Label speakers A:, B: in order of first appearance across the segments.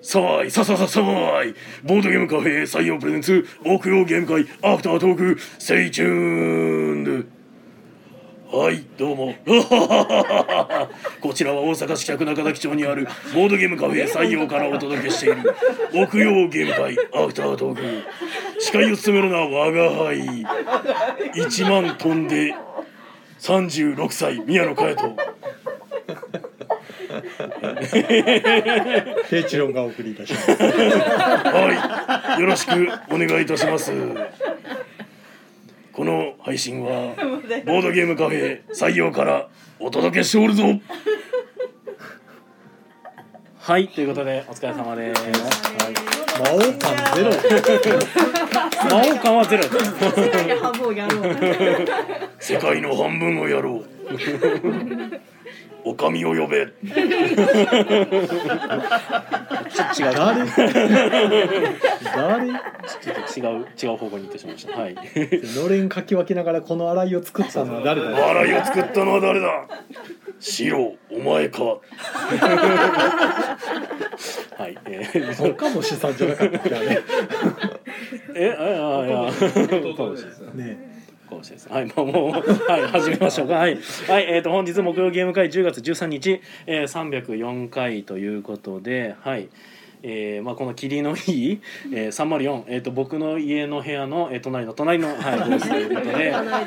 A: さあいささささあいボードゲームカフェ採用プレゼンツ木曜ゲーム会アフタートークセイチューンドはいどうも こちらは大阪市客中崎町にあるボードゲームカフェ採用からお届けしている木曜ゲーム会アフタートーク司会を務めるのは我が輩1万飛んで36歳宮野佳代と。
B: ペチロンがお送りいたします。
A: はい、よろしくお願いいたします。この配信はボードゲームカフェ採用からお届けしておるぞ。
C: はい、ということで、お疲れ様です。
B: 魔王感ゼロ。
C: 魔王感はゼロです。
D: 世界の半分をや ろう。
A: 世界の半分をやろう。おかみを呼べ。
C: 違う、
B: 誰。
C: ちょ
B: 誰。
C: っと違う、違う方向に行ってしまいました。はい。
B: のれんかき分けながら、この洗いを作ったのは誰だ。
A: 笑いを作ったのは誰だ。シロ、お前か。
C: はい、えー、
B: そっかも資産じゃなかったっけあれね。
C: え、あ、あ、いや、かもしれない。
B: ね。
C: かもしれないです。はい、まあ、もう、はい、始めましょうか。はい、はい、えっ、と、本日木曜ゲーム会10月13日、ええー、三百四回ということで、はい。えーまあ、この霧のいい、えー、304、えー、と僕の家の部屋の、えー、隣の隣の、はい、ブースということで、
B: あの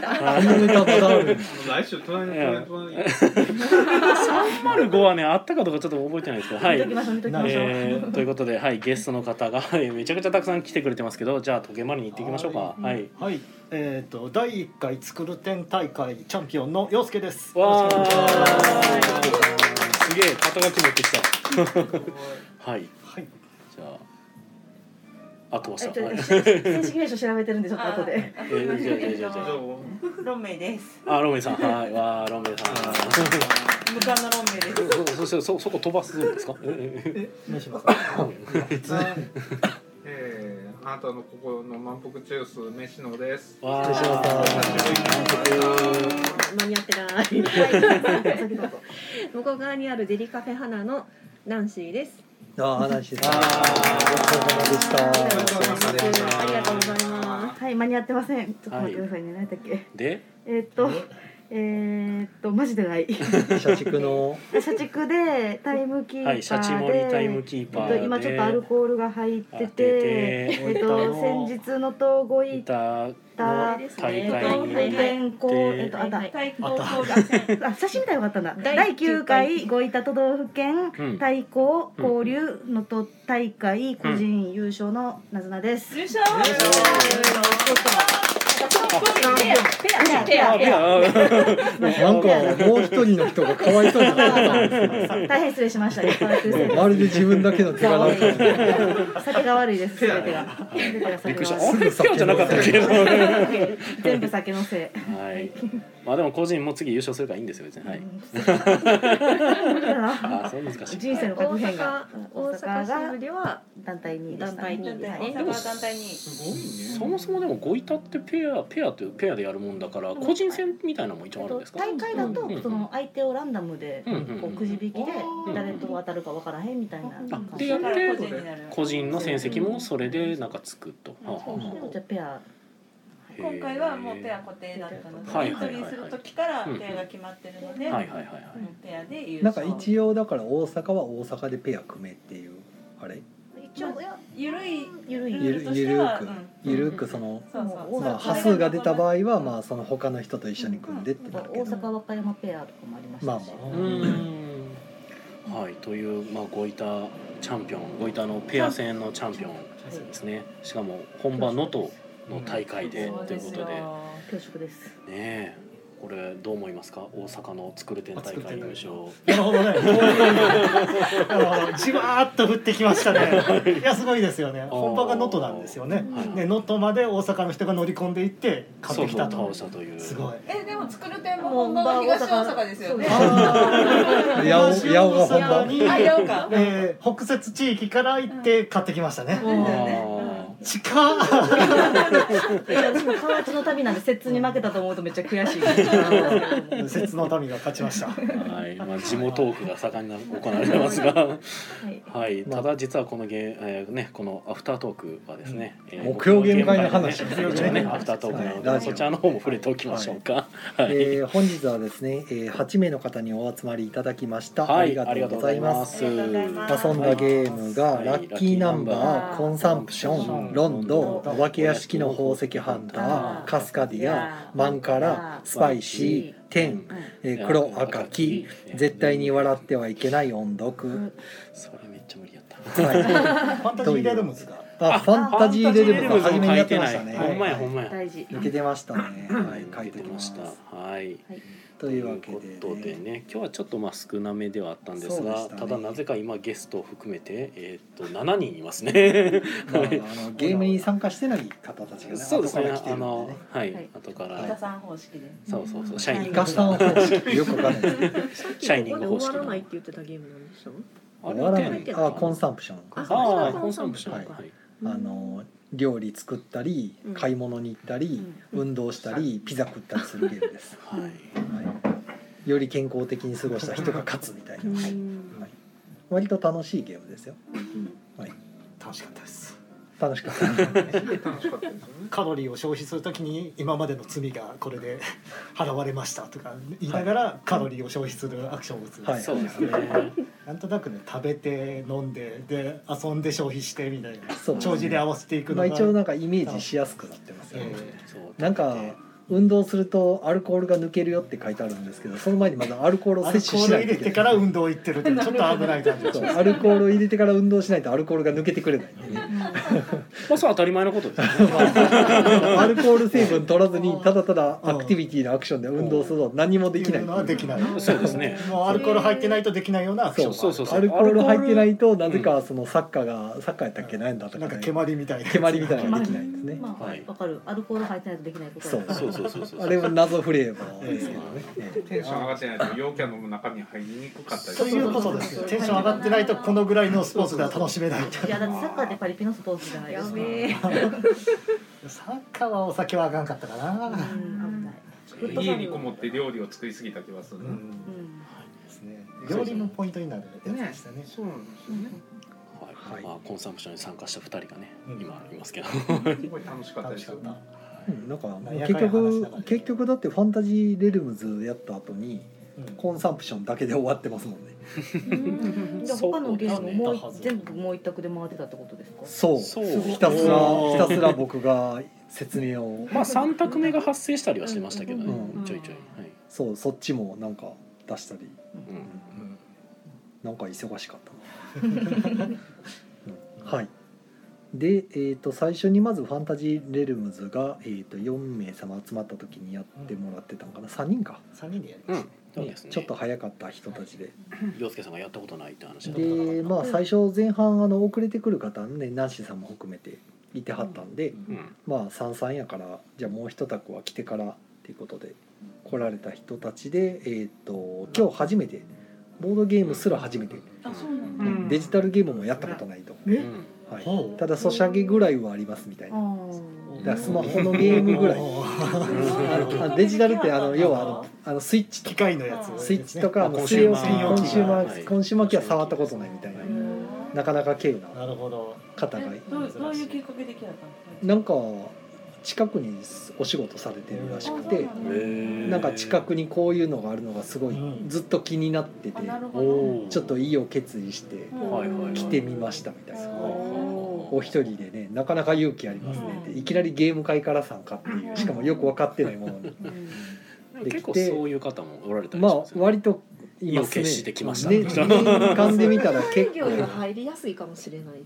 B: ネタまだある。
E: 来週隣の隣の
C: 305はねあったかどうかちょっと覚えてないですけどはい
D: 見ときましょう見ときましょう
C: えーということで、はい、ゲストの方が、はいめちゃくちゃたくさん来てくれてますけどじゃあ時計回りに行っていきましょうかはい、
F: はい、えっ、と第一回作る展大会チャンピオンの陽介です。
C: わー
F: よろしくお願いします
C: すげえ肩書き持ってきた はい
F: はい、
C: じゃああとは
D: え
C: さ
D: っ
C: ん、はい
D: と、正式名称調べてるんで、ちょっと後で。
C: えーじゃあじゃあじゃあじゃあ
G: ロンメイです。
C: あロメイさんはいわーロメイさん
G: 無冠のロンメイです。
C: そ そしてそそこ飛ばすんですかえ え
B: お願いします。
E: えー、あなたの心の満腹チュース飯野です。
C: えわ
B: 失礼しま
C: ー
D: 間に合ってない。向こう側にあるデリカフェ花のナンシーです。
B: ああ、話した。お疲れ様でした。
D: ありがとうございます。はい、間に合ってません。ちょっと待ってくださいね、何だっけ。
C: で
D: えっと、えーっと、マジで ない。
B: 社畜の。
D: 社畜で、タイムキーパーで。
C: はいシャチモリタイムキーパー
D: え
C: で
D: っと今ちょっとアルコールが入って
C: あ出
D: て、えっと先日の統合行
C: い
D: った
C: た
D: 大
C: 大
G: 会に出て
D: 変更えっとあだ
G: 対抗抗打線。
D: あ写真見たらよかったんだ
G: 第
D: 第9回
G: 九回
D: ごいた都道府県
C: うん
D: 対抗交流のと大会個人優勝のなずなです。
G: 優勝。ペアペアペア。
B: なんか、もう一人の人がかわいそうに なった。
D: 大変失礼しました。酔っ払ってるせいで
B: まるで自分だけの手がなんか。
D: 酒が悪いです。すべてが。全てが
C: びっ
D: 酒
C: くりし
D: が
C: た。
D: 悪
C: あ
D: い
C: れピアじゃなかったっけど。
D: 全部酒のせい。
C: はい。まあでも個人も次優勝するからいいんですよ別に。はい。
D: 無理だ な
C: あ、それ難しい。
D: 人生の
C: はい
D: 格変が
G: 大
D: 大阪
G: 阪支部
D: が
G: では
D: 団体2位でし
G: 団
D: た
G: 体
D: ね。
G: にです
D: はい
G: ね。大阪は団体に。
E: すごいね。
C: そもそもでもゴイタってペアペアというペアでやるもんだから個人戦みたいなのも一応あるんですか。
D: 大会だ
C: うん
D: とその相手をランダムで
C: うんうん
D: こうくじ引きで
C: うん
D: 誰と当たるかわからへんみたいな感
C: あ
D: じ
C: でや
D: で
C: っ
G: だから個人
C: て
G: になる。
C: 個人の戦績もそれでなんかつくと。はあはあは
D: じゃあペア
C: あ
G: 今回はもうペア。固定だったので、エントリーする時からペアが決まってるので、
C: へーはいはいはいはい。
G: ペアで優
B: なんか
G: 勝。
B: 一応だから大阪は大阪でペア組めっていうあれ
D: 一応いや
G: ゆるい
D: ゆる
G: ル
D: い
G: ールとして
B: ゆ
G: は、う
B: る
G: ん、
B: ゆるくその、
G: そうそう。
B: まあ、
D: それ
B: 波数が出た場合はまあその他の人と一緒に組んでってな
D: 大
B: るけど
D: 阪和歌山ペアとかもありまし
B: まあ
D: た
B: ま
D: し
C: う
B: あ
C: ん。はいというまあゴイタチャンピオンゴイタのペア戦のチャンピオンですね。しかも本場能登の大会で
G: そう
C: というこ
G: です
C: とで。
G: よ。
D: 教職です
C: ねえこれどう思いますか大阪の作る展大会優勝
F: なるほどね。なるほど、じわーっと降ってきましたね。いや、すごいですよね。本場が能登なんですよね。
C: はい
F: ね、能登まで大阪の人が乗り込んでいって、買ってきた
C: そう
F: と。
C: そう倒したという
F: すごい。
G: えでも作る点も本場は東大阪ですよね。
B: 八尾八尾が本場
F: に
G: あ、ようか。
F: えー北摂地域から行って買ってきましたね。
C: あ
G: そうだよね
C: ー
H: 近っ
D: いや私も河内の旅なんで摂津に負けたと思うとめっちゃ悔しい。
H: 節の民が勝ちました。
C: はい、まあ、地元トークが盛んに行われますが。
D: はい
C: はい、ただ実はこのゲー、えーね、このアフタートークはですね。えー
B: 木曜ゲーム会の話
C: 木曜ゲーム会のね一応
B: ですね
C: ね、アフタートークなので、
B: はいラジオ
C: そちらの方も触れておきましょうか。はい、
B: えー本日はですね、えー、8名の方にお集まりいただきました、
C: はい、
B: あ
C: あ
B: り
C: りがと
B: がとう
C: う
B: ご
C: ご
B: ざ
C: ざ
B: い
C: い
B: ま
C: ますす。
G: ありがとうございます
B: 遊んだゲームが、
C: はい
B: ラッキーナンバーコンサンプシ
G: コンサン
B: ョン
G: プション
B: ロンドンお化け屋敷の宝石ハンター
G: あー
B: カスカディアマンカラスパイシーテン、えー黒赤き絶対に笑ってはいけない音読、
C: それめっちゃ無理やった。
B: はい、
H: ファンタジーレルムズが。
B: あファンタジーレベルも初めにやってました
C: ファンタジーレベルも書いて
B: ね、
C: ないほんまや、ほんまや。
D: 大事。
B: 抜けてましたねはい書いて
C: 出
B: きました
C: はい。
B: というわけ
C: という
B: で,、
C: ことでね、今日はちょっとまあ少なめではあったんです
B: そうで
C: が、
B: したね
C: ただなぜか今ゲストを含めてえーっと7人いますね。
B: まあ、あのゲームに参加してない方たちがね
C: そうですね。
B: 後から来て
C: あ
B: るんで
C: の
B: ね
C: はい、
D: はい
C: 後から、
G: イカさん方式で。
C: そうそうそう、シャイニング
B: ガスタン方式よくわかんないです
C: シャイニング方式
D: さっきここで終わらないって言ってたゲームなんでしょ。
B: 終わらな
C: あれ
B: い
C: テーマ
B: あコンサンプション
D: あ
C: ああ、
D: コンサンプション
C: はい
D: か
C: はい
B: あの料理作ったり
D: うん
B: 買い物に行ったり、
D: うん
B: 運動したりピザ食ったりするゲームです、
C: はい
B: はい、より健康的に過ごした人が勝つみたいな、
D: うん
B: はい、割と楽しいゲームですよ
H: 楽しかったです。
B: 楽しかったですね
E: 楽しかったですよね
H: カロリーを消費するときに今までの罪がこれで払われましたとか言いながらカロリーを消費するアクションをする、
B: はい
C: そうですね。は
H: なんとなくね食べて飲んでで遊んで消費してみたい
B: そう
H: な帳尻で合わせていくの
B: まあ
H: が、
B: 一応なんかイメージしやすくなってますよね、
H: え
C: そう
B: なんか運動するとアルコールが抜けるよって書いてあるんですけどその前にまだアルコールを
H: アル
B: 摂
H: コ
B: 取
H: ー
B: しな
H: ル
B: い
H: 入
B: と
H: れ
B: いけ
H: て
B: な
H: か
B: い
H: ら運動行ってるってちょっと危ない感じがし
B: そう
H: ます
B: アルコールを入れてから運動しないとアルコールが抜けてくれないんでね
C: まあそう当たり前のことですね。
B: アルコール成分取らずにただただアクティビティのアクションで運動すると何もできない
H: のはできない
C: そうですね。
H: もうアルコール入ってないとできないようなアクション
C: そうそうそう
B: アルコール入ってないとなぜかそのサッカーがサッカーやったっけ何だった
H: な
B: か
H: んか
B: ね
H: 蹴まりみたいな
B: 蹴まりみたいなのができないんですね
D: まあ
C: はい
D: わかる。アルコール入ってないとできないことだから。
C: そうそうそうそう。
B: あれは謎フレーバーですけどね
E: テンション上がってないと陽キャの中に入りにくかったり
H: ということですよテンション上がってないとこのぐらいのスポーツでは楽しめない
D: いやだってサッカーってパリピのスポーツじゃないですか。
H: えサッカーはお酒はあかんかったかな、
D: うん危ない。
E: 家にこもって料理を作りすぎた気がする
H: う
E: な、
H: ん
D: うん
H: ですね料理もポイントになるやつでしたね
E: そうなんですよね
C: はい。まあコンサンプションに参加した二人がね、
H: うん
C: 今いますけど。
E: すごい楽しかった
H: 楽
E: で
H: し
E: す
H: か
E: よ
H: っ
E: ね
H: た
B: うんなんか
H: なんや
B: 結
H: かんや話しな
B: 局
H: がら
B: 結局だってファンタジーレルムズやった後に
H: うん
B: コンサンプションだけで終わってますもんね
D: じゃあ他のゲームもう一全部もう一択で回ってたってことですか。
B: そう
C: そう
B: ひたすらひたすら僕が説明を
C: まあ三択目が発生したりはしてましたけどね
B: う。
C: ちょいちょい。はい。
B: そうそっちもなんか出したり
C: うん。
H: うん
B: なんか忙しか ったな。はい。で、えー、と最初にまず「ファンタジー・レルムズが」えー、と4名様集まった時にやってもらってたのかな3人か、
H: 三人でやり
C: う
H: まし
C: ん。そうですね。
B: ちょっと早かった人たちで、
C: 洋介さんがやったことないって話だったから。
B: でまあ最初前半あの遅れてくる方ねナンシーさんも含めていてはったんで、
C: うん。
B: まあ三々やからじゃあもう一択は来てからっていうことで来られた人たちで、えー、と今日初めてボードゲームすら初めて、
G: あ、そうなんだ。
E: うん
B: デジタルゲームもやったことないと。
C: う
D: え？
C: ん。
B: は
H: たほ
B: い、
H: う
B: ただソシャゲぐらいはありますみたい
D: あ
B: な
D: あ。
B: だからスマホのゲームぐらい
H: お
B: あ
H: ー
B: のあのデジタルってあの要はあのあのスイッチと
H: 機械のやつですね
B: スイッチとかあ
C: まあ
B: の専用
C: コ
B: コ
C: ン
B: ン
C: シューマー
B: シューマ
C: はい
B: ーコンシューマー機は触ったことないみたいななかなか稀有
H: な
B: な
H: るほど
B: 方が
G: えどうどういうきっかけできなかった
B: なんか近くにお仕事されてるらしくて
G: あ
B: なんか近くにこういうのがあるのがすごい
H: うん
B: ずっと気になってて
G: あなるほど。
C: おお。
B: ちょっと意を決意して
C: はいはいはい
B: 来てみましたみたいな
G: ごい
B: お一人でねなかなか勇気ありますねっていきなりゲーム会から参加っていうしかもよく分かってないものに。できて
C: 結構そういう方もおられたりし
B: ま
C: ま
B: あ
C: すよね。
B: 割といます
C: 意を決
B: ね
C: してきました
B: ね年間で見たら結
D: 業が
B: 構
D: 入りやすいかもしれない。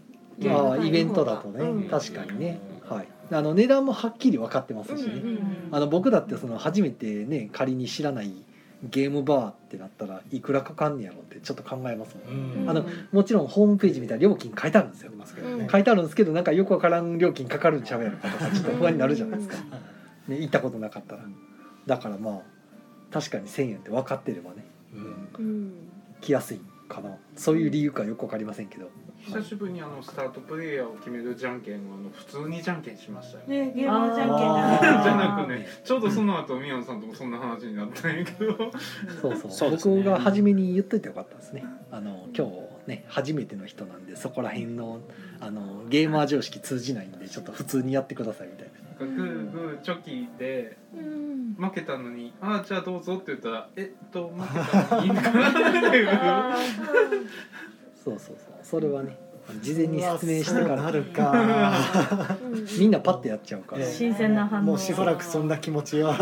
B: まあイベントだとね、
D: うん
B: 確かにね、はい、あの値段もはっきり分かってますしね、
D: うんうん
B: あの僕だってその初めてね仮に知らないゲームバーってなったらいくらかかんねやろってちょっと考えますもん、
H: うん
B: あのもちろんホームページ見たら料金書いてあるんですよ
H: ありますけどね
B: 書いてあるんですけどなんかよくわからん料金かかるんちゃうやろかとかちょっと不安になるじゃないですか、ね、行ったことなかったらだからまあ確かに1,000円って分かってればね
H: うん
D: うん。
B: 来やすいかなそういう理由かよくわかりませんけど、
E: 久しぶりにあのスタートプレイヤーを決めるじゃんけんをあの普通にじゃんけんしましたよね。
G: ね、ゲームじゃんけん
H: あー
E: じゃなくね、ちょうどその後宮野さんともそんな話になったんやけど、
B: そうそう
C: そうですね
B: 僕が初めに言っといてよかったですねあの今日ね初めての人なんでそこら辺のあのゲーマー常識通じないんでちょっと普通にやってくださいみたいな
E: グーグーチョキで
I: うん
E: 負けたのに、ああじゃあどうぞって言ったら、えっと負けたのにいいのかなっていう。
I: あ
B: そうそうそうそれはね事前に説明してか
H: うわ
B: ら
H: そうなるか
I: ーうん
B: みんなパッてやっちゃうから、
H: え
G: 新鮮な反応。
H: もうしばらくそんな気持ちは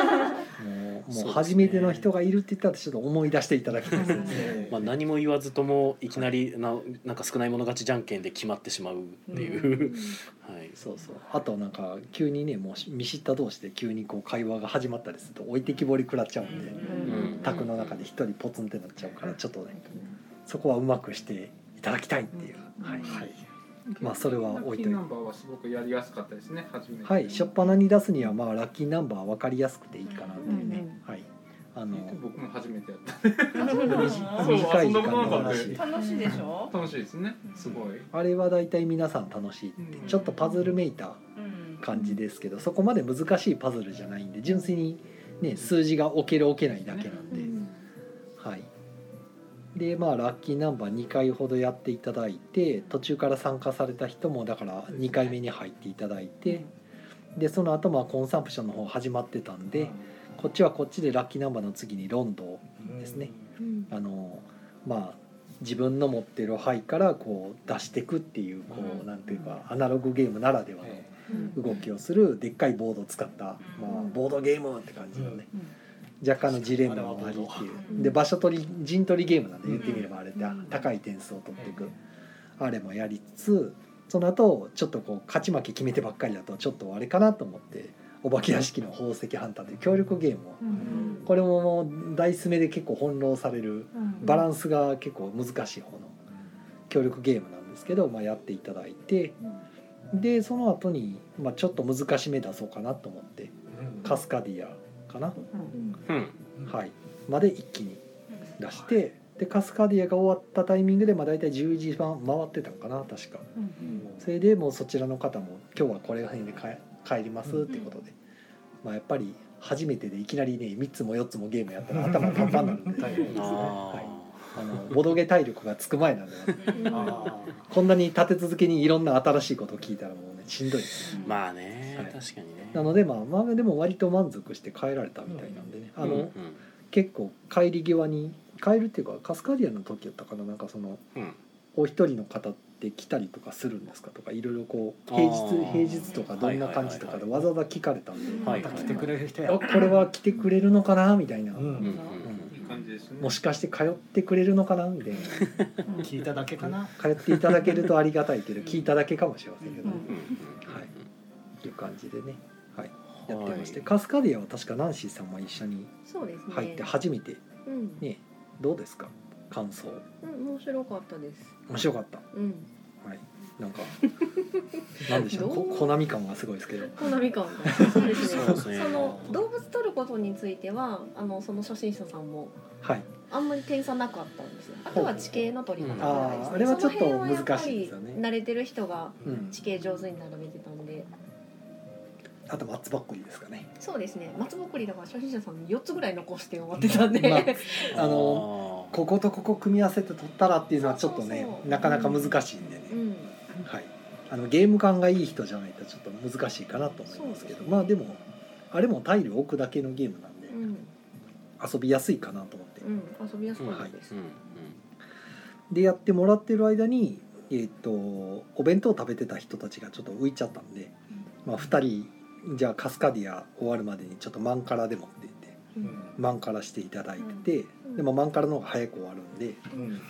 C: そうです
B: もうもう
C: ね
B: 初めての人がいるって言ったらちょっと思い出していただきたいですね
H: え
C: まあ、何も言わずともいきなりななんか少ない者勝ちじゃんけんで決まってしまうっていう、はい、
B: そうそうあとなんか急にねもう見知った同士で急にこう会話が始まったりすると置いてきぼり食らっちゃうんで、
C: うん
B: 宅の中で一人ポツンってなっちゃうからちょっとねそこはうまくしていただきたいっていう、はいはい、 まあそれは置いといて
E: ラッキーナンバーはすごくやりやすかったですね、初めて。
B: はい、初っ端に出すにはまあラッキーナンバー分かりやすくていいかなっていうね、はいあの
E: 僕も初めてやった。
G: 楽
E: そう
B: 短い時
E: 遊ん
B: 間
E: だことな
B: の
E: かった
B: 話
E: よ
G: しいでしょ。
E: 楽しいですね、すごい。
B: あれは大体皆さん楽しいってちょっとパズルめいた
G: うん。
B: 感じですけどそこまで難しいパズルじゃないんで純粋に、ね、数字が置ける置けないだけなんで、はいでまあラッキーナンバー2回ほどやっていただいて途中から参加された人もだから2回目に入っていただいてでその後まあコンサンプションの方始まってたんでこっちはこっちでラッキーナンバーの次にロンドを
H: え
B: ですね
I: うん
B: あのまあ自分の持ってる牌からこう出してくっていうこ
G: う
B: うんなんていうかアナログゲームならではの動きをするでっかいボードを使った、まあ、ボードゲームって感じのね、若干のジレンマもありっていうで場所取り陣取りゲームなんで言ってみればあれって
G: うん
B: 高い点数を取っていくあれもやりつつその後ちょっとこう勝ち負け決めてばっかりだとちょっとあれかなと思ってお化け屋敷の宝石ハンターという協力ゲームを
G: うん。
B: これももう大詰めで結構翻弄されるバランスが結構難しい方の協力ゲームなんですけど、まあ、やっていただいてでその後にまあ、ちょっと難しめ出そうかなと思ってカスカディアかな、
C: うん、
B: はい、まで一気に出してでカスカディアが終わったタイミングでまあ大体10時半回ってたのかな確かそれでもうそちらの方も「今日はこれ辺で帰帰ります」ってことで、まあ、やっぱり初めてでいきなりね3つも4つもゲームやったら頭パンパンになるんで
H: 大変
C: あー、
B: あのボドゲ体力がつく前なんで
H: あ
B: こんなに立て続けにいろんな新しいことを聞いたらもうねしんどいです
C: まあね、
B: はい
C: 確かにね
B: なのでまあまあでも割と満足して帰られたみたいなんでね、あ
C: うんう
B: の
C: ん
B: 結構帰り際に帰るっていうかカスカディアの時やったかななんかその
C: うん
B: お一人の方って来たりとかするんですかとかいろいろこう平
C: あ
B: 日
C: ー
B: 平日とかどんな感じとかでわざわざ聞かれたんで、
C: は
H: ま
C: い
H: た
C: はい
H: 来てくれる人や
B: あこれは来てくれるのかなみたいな、
H: うん
C: うんうん
E: いい感じですね。
B: もしかして通ってくれるのかなみたいな
H: 聞いただけかな
B: 通っていただけるとありがたいけど聞いただけかもしれませんけど、
G: うん
C: うんうん
B: はいっていう感じでね、はい、
C: う
B: や
C: ん
B: ってまして、カスカディアは確かナンシーさんも一緒に
I: そうですね
B: 入って初めて
I: うん
B: ねどうですか感想
I: うん面白かったです
B: 面白かった
I: うん
B: はいなんかなんでしょう
I: どう
B: こコナミ感がすごいですけど
I: 好み感が そうですね
C: そうですね
I: その動物取ることについてはあのその初心者さんも
B: はい
I: あんまり点差なかったんですよあとは地形の取り方ぐらいで
B: あ
I: すね
B: ーあれはちょっと
I: その辺はやぱ
B: 難
I: り
B: しいですよね
I: 慣れてる人が
B: うん
I: 地形上手に並べてたんで
B: あと松ばっこりですかね
I: そうですね松ぼっくりだから初心者さん4つぐらい残して終わってたんで、
B: まああの
C: の
B: こことここ組み合わせて取ったらっていうのはちょっとね
I: そうそうそう
B: なかなか難しいんでね、
I: うん
B: はい、あのゲーム感がいい人じゃないとちょっと難しいかなと思いますけど
I: そうですね
B: まあでもあれもタイル置くだけのゲームなんで
I: うん
B: 遊びやすいかなと思って、
I: うん遊びやすかったです、
C: うんうん
B: でやってもらってる間に、えー、とお弁当を食べてた人たちがちょっと浮いちゃったんで、まあ、2人じゃあカスカディア終わるまでにちょっとマンカラでもって言ってマンカラしていただいてて、
I: うん
B: でもマンカラの方が早く終わるんで
H: うん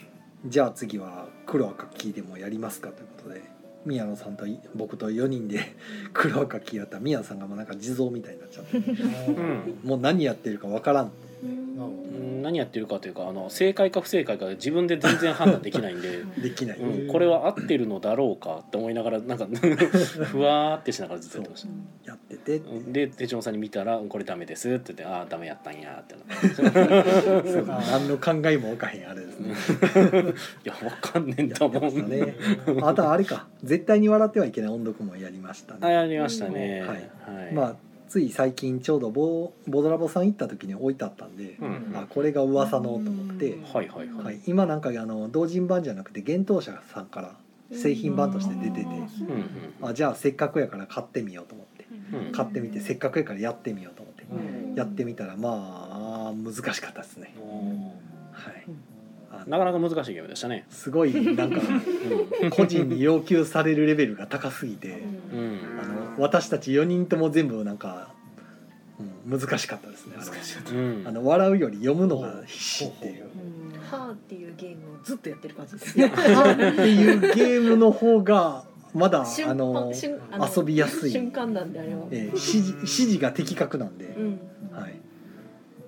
B: じゃあ次は黒赤黄でもやりますかということで宮野さんとい僕と4人で 黒赤黄やったら宮野さんがもうなんか地蔵みたいになっちゃって
C: うん
B: もう何やってるかわからん
I: うん
C: うん何やってるかというかあの正解か不正解か自分で全然判断できないんで、
B: できない、
C: うん、
B: い
C: これ は合ってるのだろうかって思いながらなんかふわーってしながらずっとやってました
B: やっててって
J: で手帳さんに見たら「これダメです」って言って「ああダメやったんや」ってなって
B: そう何の考えもおかへんあれですね
J: いやわかんねえん
B: や
J: だ
B: って
J: も
B: ました
J: ん
B: ねあとあれか絶対に笑ってはいけない音読もやりました
J: あ
B: ね、
J: やりましたね、
B: うんは
J: はい
B: まあつい最近ちょうどボボドラボさん行った時に置いてあったんで、
J: うん
B: あこれが噂のと思って、
J: はいはいはい、
B: はい、今なんかあの同人版じゃなくて幻冬者さんから製品版として出てて、
J: うんうん
B: あじゃあせっかくやから買ってみようと思って
J: うん
B: 買ってみてせっかくやからやってみようと思って、
J: うん
B: やってみたらまあ難しかったですね、はいあの
J: なかなか難しいゲームでしたね。
B: すごいなんか個人に要求されるレベルが高すぎて
J: うん、うん
B: あの私たち4人とも全部なんか、うん、難しかったですねあれ
J: うん
B: あの笑うより読むのが必死っていう。
D: はーっていうゲームをずっとやってる感じです
B: いや
D: ね。
B: はっていうゲームの方がま だ
D: 瞬
B: あの
D: 瞬あ
B: 遊びやすい、
D: 瞬間なんであれは。
B: えー指示指示が的確なんで
D: う、ん。
B: はい、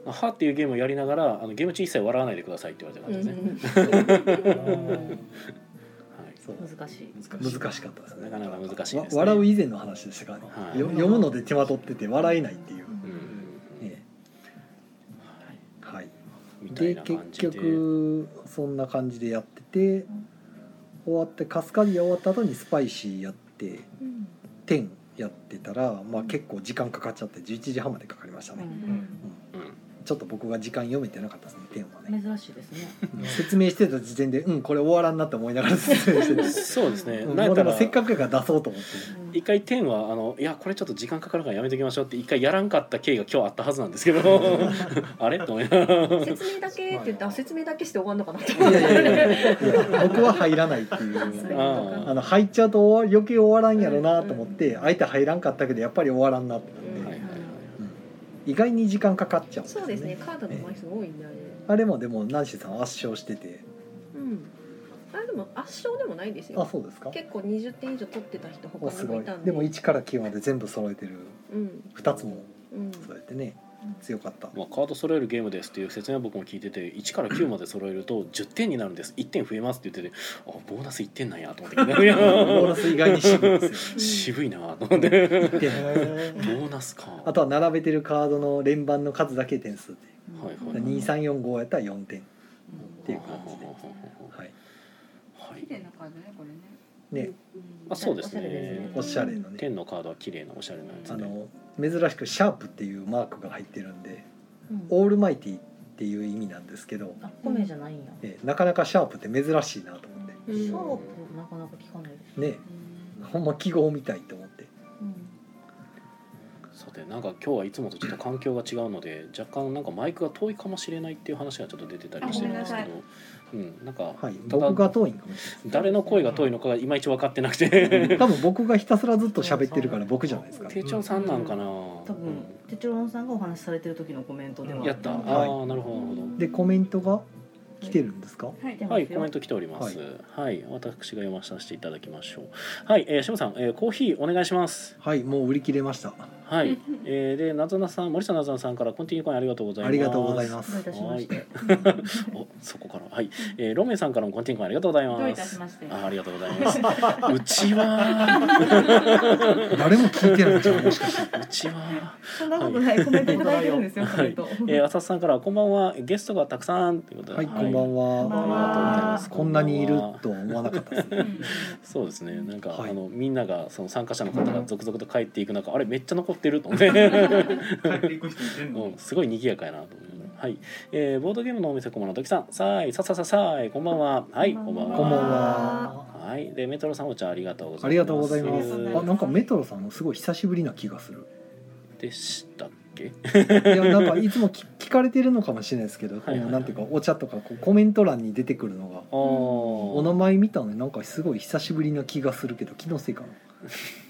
J: はっていうゲームをやりながら、あのゲーム中一切笑わないでくださいって言われた
D: う
J: 感
D: ん
J: じですね。
B: そう
D: 難しい。
B: 難しかったですね
J: なかなか難しいですね
B: わ笑う以前の話でしたからね、
J: はい
B: よ読むので手間取ってて笑えないっていう、
J: はい。うん。
B: えーはい、
J: みたい
B: で
J: な
B: 結
J: 感じで。
B: 局そんな感じでやってて終わってカスカディア終わった後にスパイシーやって10やってたら、まあ、結構時間かかっちゃって11時半までかかりましたね、
J: うん
B: ちょっと僕が時間読めてなかったですね10はね、
K: 珍しいですね。
B: 説明してた時点でうんこれ終わらんなって思いながら説明してる
J: そうですね。
B: うん
J: な
B: も
J: んや
B: う
J: っ
B: で
J: た
B: も
J: ら
B: せっかくやから出そうと思って
J: 一回天はあのいやこれちょっと時間かかるからやめときましょうって一回やらんかった経緯が今日あったはずなんですけ どあれと思いながら
D: 説明だけって言ってあ説明だけして終わんのかなと
B: い
D: 思っ
B: やい
D: て。
B: やいやいや僕は入らないってい
D: そういう
B: う
D: ことか
B: あの入っちゃうと終わ余計終わらんやろなと思って相手入らんかったけどやっぱり終わらんなってなって、
D: うん
J: はいはいはい
B: 意外に時間かかっちゃうん
D: そうですね。カードの枚数多いんであれ。
B: あれもでもナンシーさん圧勝してて
D: うん。あでも圧勝でもないです
B: あ
D: よ。
B: そうですか
D: 結構20点以上取ってた人他
B: お
D: に
B: す
D: も
B: ご
D: い
B: い
D: たんで。
B: でも1から9まで全部揃えてる
D: うん
B: 2つも
D: うん。
B: 揃えてね強かった
J: まあ、カード揃えるゲームですっていう説明は僕も聞いてて1から9まで揃えると10点になるんです1点増えますって言っててあボーナス1点なんやと思っていや
B: ボーナス意外に渋いですよ
J: 渋いなと思ってボ
B: 1点
J: ーナスか
B: あとは並べてるカードの連番の数だけ点数で
J: はいはい
B: 2345やったら4点っていう感じで、はい
J: はい
K: 綺麗なカードねこれね。
B: ね、
J: あそうです
D: おしゃれです
J: ね
D: ね
B: おしゃれのね
J: 天のカードは綺麗なおしゃれなや
B: あ
J: つで
B: の珍しく「シャープ」っていうマークが入ってるんで「オールマイティ」っていう意味なんですけど、
L: あ、米じゃないんや。
B: えーなかなか「シャープ」って珍しいなと思って
D: う
L: シ
D: ん
L: ャープなかなか聞かないです。
B: ねほんま記号みたいと思って
J: さてなんか今日はいつもとちょっと環境が違うので若干なんかマイクが遠いかもしれないっていう話がちょっと出てたりもしてるんですけ
K: あ
J: どうんなんか
B: はい
J: た
B: 僕が
J: だ
B: 遠いんかもし
J: 誰の声が遠いのかがいまいち分かってなく
B: れない
J: て
B: 多分僕がひたすらずっと喋ってるから僕じゃないですかね
J: 手帳さんなんかな
L: 多分、テチロンさんがお話しされてる時のコメントで
J: うん
L: は。
J: やったあ
B: はい
J: あなるほどなるほど
B: でコメントが来てるんですか
K: はい。
J: はい、コメント来ております。はい、私が読まさせていただきましょう。はい、えー、しもさん、えー、コーヒーお願いします。
B: はいもう売り切れました
J: はい、えー、で、なずなさん、森下なずなさんから、コンティニューコインありがとうございま
B: あ
J: す。
B: りがとうござい
J: す。
B: ま
L: どういた
B: す
L: しまして。
J: お、そこから、はい、えー、ロメイさんからもコンティニューコインありがとうございます。
K: どういたしまして
J: あ、ありがとうございます。うちは、
B: 誰も聞いてないんじゃないもしかして
J: うちは。
K: そんなことないコメントいただいてるんですよコメント。
J: えー、浅田さんから、こんばんは、ゲストがたくさんということで。
B: はいこんば
K: こ
B: ん
K: んばんは
B: は
J: ありがとうございます。
B: こんなにいる
J: こんばんは
B: とは思わなかったですね
J: そうですねなんか、
B: はい
J: あのみんながその参加者の方が続々と帰っていく中あれめっちゃ残ってると 思って
E: 帰っていく人いてん
J: う
E: の
J: んすごい賑やかやなと思うねはい、えーボードゲームのお店こまのときさんさあいささささあいこんばんははいこんばんは
B: こんばん
K: は
B: は
J: はいでメトロさんお茶ありがとうございます
B: ありがとうございます
K: ありがとうござい
B: あなんかメトロさんすごい久しぶりな気がす る
J: でしたっけ
B: いやなんかいつも聞聞かれてるのかもしれないですけど、
J: はいはいはい
B: このなんていうかお茶とかこうコメント欄に出てくるのが
J: あー
B: お名前見たのになんかすごい久しぶりな気がするけど気のせいか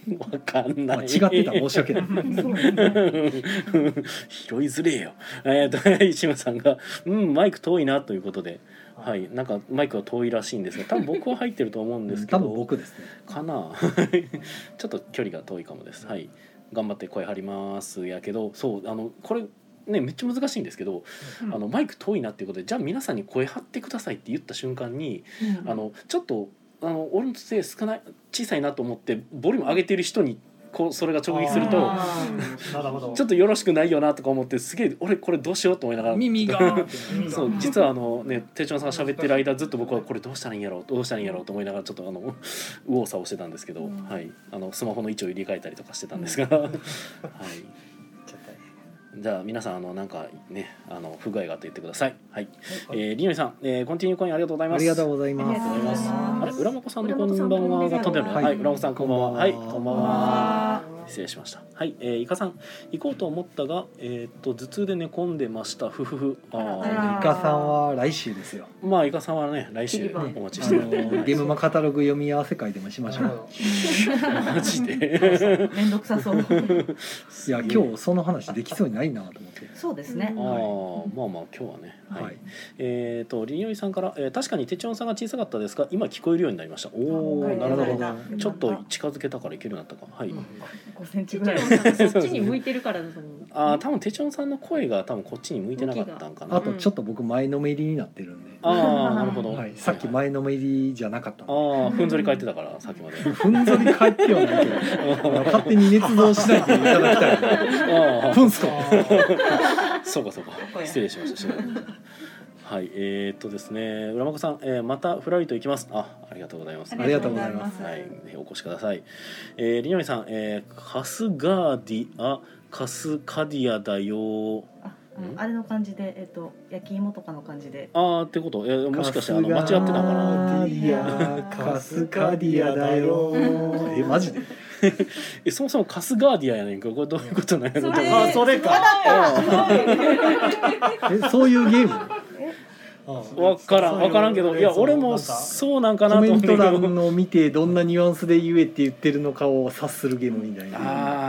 B: な、
J: わかんな
B: まあ、
J: い
B: 違ってたら 申し訳ない
J: 拾いづれえよ。えっ、と石村さんが「うんマイク遠いな」ということで、はい、なんかマイクは遠いらしいんですが多分僕は入ってると思うんですけ
B: 多
J: ど
B: 分僕ですね
J: かな ちょっと距離が遠いかもですはい頑張って声張りますやけどそうあのこれねめっちゃ難しいんですけど、
K: うん
J: あのマイク遠いなっていうことでじゃあ皆さんに声張ってくださいって言った瞬間に、あのちょっとあの俺の声少ない小さいなと思ってボリューム上げてる人にこうそれが直撃すると
H: あーなるほど
J: ちょっとよろしくないよなとか思ってすげえ俺これどうしようと思いながら
E: 耳が
J: そう実はあのね手帳さんが喋ってる間ずっと僕はこれどうしたらいいんやろうどうしたらいいんやろうと思いながらちょっとあの右往左往してたんですけど、
D: うん
J: はい、あのスマホの位置を入れ替えたりとかしてたんですが、はい、じゃあ皆さんあのなんかねあの不具合があって言ってください。はい、えー、りのりさん、えー、コンティニューコインありがとうござい
B: あ
J: ます。
B: りがとうござい
G: あり
B: ま
G: が
B: す
G: とうございます
J: あれ浦本さんの
I: 浦
J: こ
I: 本さ
J: ん
I: ん
J: ばんは
I: こんばん
J: が
I: は
J: 飛んだよね。
B: はい
J: はい、浦本さんこんばんは。はい、
B: こんばんは
J: こんばんは。失礼しました。はい、えー、イカさん行こうと思ったが、えー、っと頭痛で寝込んでました。ふふふ。あー
G: あら
B: イカさんは来週ですよ
J: まあイカさんはね来週
D: 切り番
J: お待ちし
B: あ
J: て
B: の
J: るんで
B: ゲームマカタログ読み合わせ会でもしましょ
H: なるほ
B: う
H: ど
J: マジで
D: めんどくさそう。
B: いや今日その話できそうにないなと思って
D: そうですね
J: あ。あまあまあ今日はねはい、
B: はい
J: えっ、とりのりさんから、えー確かに手帳さんが小さかったですが今聞こえるようになりましたおお
G: あ
J: なるほ
G: よ
J: ど
G: かっ
J: ちょっと近づけたからいけるようになったかはい、
D: 五センチ
I: ち
D: ぐらい。
I: そっちに向いてるからだと思う。
J: ああ多分手帳さんの声が多分こっちに向いてなかったんかな
B: あとちょっと僕前のめりになってるんで、
J: ああなるほど、
B: はい、さっき
J: はい
B: 前のめりじゃなかったの
J: ああふんぞり返ってたからさっき まで
B: ふんぞり返ってはないけど 勝手に捏造しないでいただきたい
J: ああ
B: ふんすか
J: そうかそうか失礼しました失礼しましたはいえー、っとですね浦真子さん、えー、またフライト行きますあありがとうございます
B: ありがとうございます
J: はい、ぜひお越しください。えー、りのみさん、えー、カスガーディア、カスカディアだよ。
D: ああれの感じで、えっと、焼き芋とかの感じ で。
J: あーってこと、えー、もしかしてあの間違ってたかな。
B: カスカディアカスカディアだよえマジで
J: え、そもそもカスガーディアやねんか、これどういうことなんやろ
G: そ
J: と
G: れ
J: 思って
H: あそれか
B: えそういう ゲーム
H: うん
J: わからん、わからんけど、いや、俺
H: な
J: も
H: んか
J: そうなんかな
B: コ
J: と
B: メ
J: 思っ
B: ン
J: てんけ
B: ト
J: ど。
B: 欄の見てどんなニュアンスで言えって言ってるのかを察するゲームみたいな
J: あ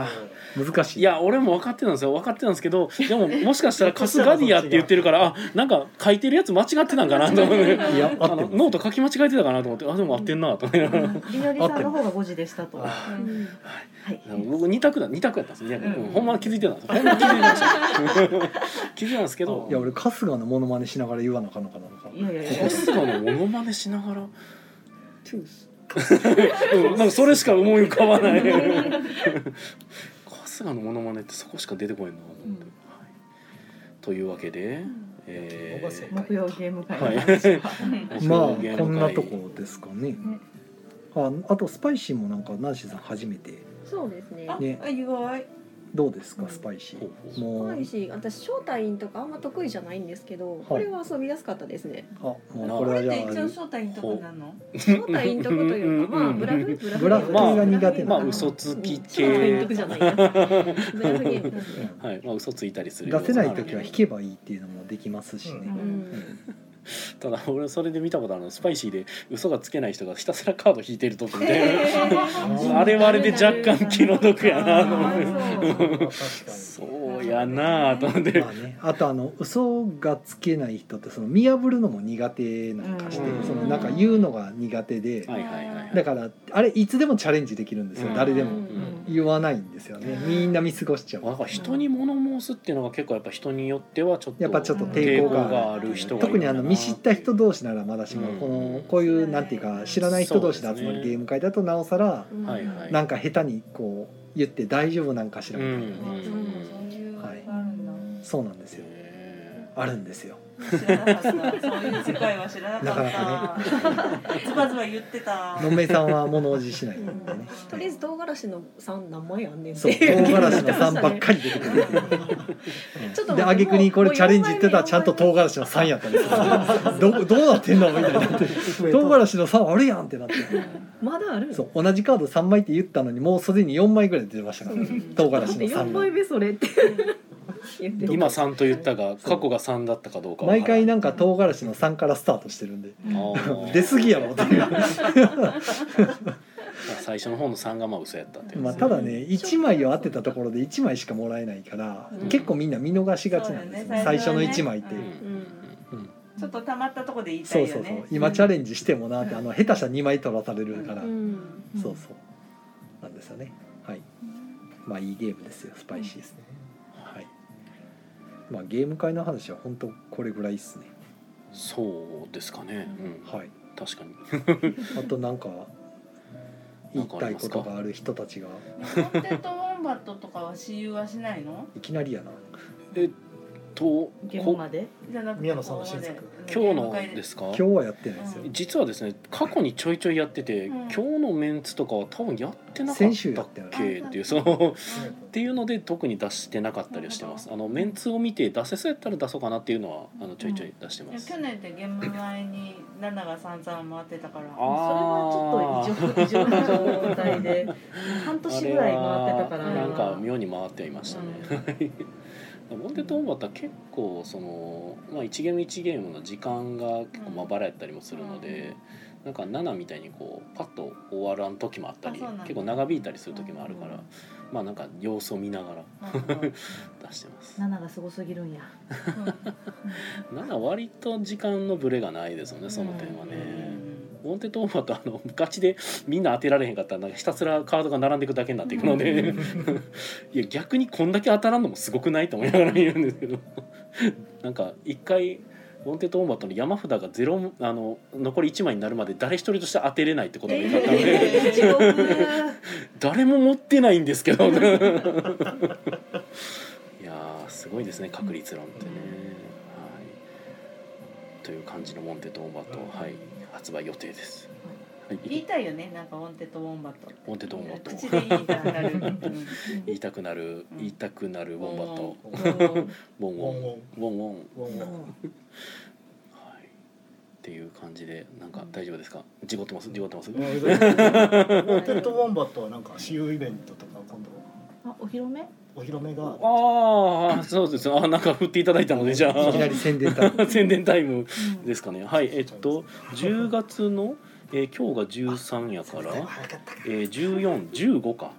J: あ。
B: 難しい
J: いや俺も分かってたんですよ分かってたんですけど でももしかしたらカスガディアって言ってるからあなんか書いてるやつ間違ってたんかなと思って
B: いや合
J: あ
B: っ
J: の
B: てます
J: ノート書き間違えてたかなと思ってあでも合ってんなと思いながら
D: りのりさんの方が五時でしたと。は
I: うん
D: い。
J: 僕二択だ二択やったんですね、
G: うん
J: うんほんま気づいてたんですほんま気づいてました気づいてたんですけど
B: いや俺春日のモノマネしながら言わなあかんのかなとか
D: いやいやいや
J: コ。ストのモノマネしながらうんなんかそれしか思い浮か ばない春日のモノマネってそこしか出てこないなと思って、
D: うん
J: はいというわけで、えー
D: 木曜ゲーム会。
J: はい
B: まあこんなとこですかねああとスパイシーもなんかナンシーさん初めて
I: そうですね。
B: ね
G: あ、意外。
B: どうですかスパイシ
J: ほう
B: ー
J: ほ
B: も
I: 怖
B: う
I: いし、私招待員とかあんま得意じゃないんですけど、これは遊びやすかったです ね。
B: あもうこ
G: こ
B: れ
G: れ
B: は
G: っ
B: じゃ
G: て一応
B: あ
G: 招待のとこなの？
I: 招待員とこというか、まあブラフブラフ
B: ブラフ系が苦手な
J: まあ嘘つき系
I: うん招待員得じゃないな。ブラフゲームですね。
J: はいまあ嘘ついたりする
B: 出せない時は弾けばいいっていうのもできますし
I: う
B: ね
I: ん。
J: ただ俺それで見たことあるのスパイシーで嘘がつけない人がひたすらカード引いてるとみたいな、
H: ー
J: あれはあれで若干気の毒やなと思っ
G: あ
J: て
G: ーそう
H: 確かに
J: そうやなと思って
B: まあねあとあの嘘がつけない人ってその見破るのも苦手なんかして
J: うん
B: そのなんか言うのが苦手で
J: はいはいはいはい
B: だからあれいつでもチャレンジできるんですよ
J: うん
B: 誰で
I: う
B: も
J: うん
B: 言わないんですよねみんな見過ごしちゃ
J: なん
B: う
J: か人に物申すっていうのが結構やっぱ人によってはちょっと
B: やっぱちょっと
J: 抵
B: 抵
J: 抗
B: 抗
J: が
B: が
J: ある人がいる
B: 特にあの見知った人同士ならまだしも
J: うん
B: このこういうなんていうか知らない人同士で集まるゲーム会だとなおさら
I: うん
J: はいはい
B: なんか下手にこう言って大丈夫なんかし
J: う
B: ら
J: ん
B: み
J: う
B: たいな、
J: ん
G: いう
B: はい
G: あるんだ。
B: そうなんですよ
J: へ
B: あるんですよ
G: 知らなかった。そういう世界は知らなかった。ズバズバ言ってた。
B: のんめいさんは物おじしないんで ね
I: とりあえず唐辛子の三何枚あんねん って
B: そう唐
I: いう
B: 辛子の酸ばっかり出てくる
I: ちょっと
B: で
I: 待って
B: 挙句にこれチャレンジって言ったらちゃんと唐
I: もう
B: 辛子の酸やったんですよ どどうなってんのみたいになって 唐辛子の酸あるやんってなって
I: まだある
B: そう同じカード3枚って言ったのにもうすでに4枚ぐらい出てましたから唐辛子の
I: 4
B: 酸
I: 枚
B: が
I: 目それって言って
J: ー
I: る
J: 今3と言ったが過去が3だったかどうかは
B: 毎回なんか唐辛子の酸からスタートしてるんで
J: あ ー
B: 出過ぎやろっていう
J: 最初の方の3がまあ嘘やったっていう
B: まあ、ただね1枚を当てたところで1枚しかもらえないから、
J: うん
B: 結構みんな見逃しがちなんですよね
G: そうだ
B: 最
G: ね
B: 初の1枚って、
G: う
J: うん
G: ん
I: うん
G: ちょっと溜まったとこで言いた
B: そう
G: いよ
B: そうそう
G: ね。
B: 今チャレンジしてもなってあの下手したら2枚取らされるから、
I: うん
B: そうそうなんですよねはいまあいいゲームですよスパイシーですね、はいまあゲーム会の話は本当これぐらいですね
J: そうですかね、うん
B: はい
J: 確かに
B: あとなんか言いたいことがある人たちが
G: コンテッドウォンバットとかは私有はしないの
B: いきなりやな
C: えっと
D: 現
C: こ
D: 場で
G: じゃなくて
H: 宮野さんの新作
G: ここ
C: 今日
G: ま
C: の
G: で
C: ですか
B: 今日はやってないですよ、
G: う
C: 実はですね過去にちょいちょいやってて、
G: うん
C: 今日のメンツとかは多分やってなか
B: 先週や
C: った
B: っ
C: って
B: ない
C: けっていうその
G: うん
C: っていうので特に出してなかったりはしてます
G: な
C: あ
G: るほど
C: のメンツを見て出せそうやったら出そうかなっていうのはあのちょいちょい出して
G: い
C: ま
G: や
C: す、
G: 去年って現場前にナナが散々回ってたから
D: それはちょっと異常異常な状態で半年ぐらい回ってたか
C: あれはなん
D: ら
C: か妙に回ってはいましたね、 モンテッド・オンバットは結構その、まあ、1ゲーム1ゲームの時間が結構まばらやったりもするので、なんか7みたいにこうパッと終わらん時もあったり
G: あそうなんだ
C: 結構長引いたりする時もあるから、まあなんか様子を見ながら
G: うん
C: 出してます
D: 7がすごすぎるんや
C: 7割と時間のブレがないですよねその点は ね、モンテッド・オンバットはあのガチでみんな当てられへんかったらなんかひたすらカードが並んでいくだけになっていくの でいや逆にこんだけ当たらんのもすごくないと思いながら言うんですけどなんか一回モンテッド・オンバットの山札がゼロあの残り1枚になるまで誰一人として当てれないってことが分かったので、
G: えー地獄
C: 誰も持ってないんです けどいやーすごいですね確率論ってね。はい、という感じのモンテッド・オンバット、はい、発売予定です。はい
G: 言いたいよねなんかウォンテッドウォンバットって
C: ウォンテッドウォンバット
G: 口で言いたく なる、うん
C: 言いたくなる、
G: うん
C: 言いたくなるウォンバット、
G: うん
C: ボンウォ
H: ウォ
C: ン
H: ンウォン、
C: ボンウォン、
H: ウォンウォン
C: はい、っていう感じでなんか大丈夫ですか？事故ってます？事故ってます？
H: モーテッドウォンバットはなんか私有イベントとか今度
D: あお披露目
H: お披露目が
C: ああ、そうです。あ、なんか振っていただいたのでじゃ
B: いきなり宣伝だ
C: あ宣伝タイムですかね。はい、えっと10月の、えー今日が13やから、
H: 早かった
C: えー、14、15か。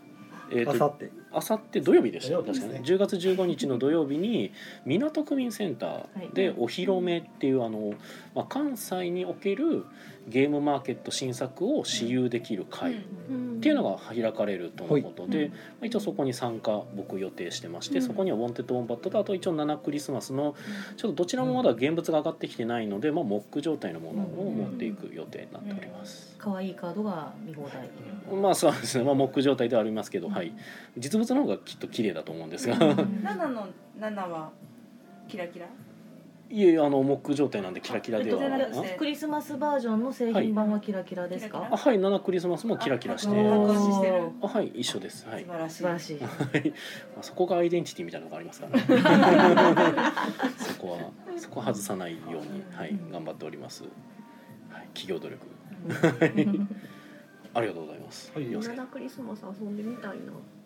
C: え
B: あ
C: ーと
B: さって
C: あさって土曜日でした
H: 土曜
C: 確
H: 日
C: か
H: です
C: に10
H: ね
C: 月15日の土曜日に港区民センターでお披露目っていうあの、まあ、関西におけるゲームマーケット新作を私有できる会っ
I: うん
C: ていうのが開かれるとのことで、
D: はい
C: まあ一応そこに参加僕予定してまして、
I: うん
C: そこには「ウォンテッド・オンバット」とあと一応「7クリスマス」のちょっとどちらもまだ現物が上がってきてないので、まあ、モック状態のものを持っていく予定になっております。
D: 可愛いカードが見放題
C: まあそうですね、まあ、モック状態ではありますけど、はい、実物の方がきっと綺麗だと思うんですが、
G: ナナのナナはキラキラ
C: いえいえあのモック状態なんでキラキラでは
G: あえっと
C: あ
D: クリスマスバージョンの製品版はキラキラです
G: は
D: か
G: い
C: あはい7クリスマスもキラキラして
G: あ
D: お
G: 格
D: ー
G: 好してる
C: あはい一緒ですはい
G: 素晴らしい
D: 素晴らしい
C: まあそこがアイデンティティみたいなのがありますから、ね、 そこはそこは外さないようにはい頑張っております、はい、企業努力ありがとうございます、
H: はい
C: 洋介
I: 七クリスマス遊んでみたいな。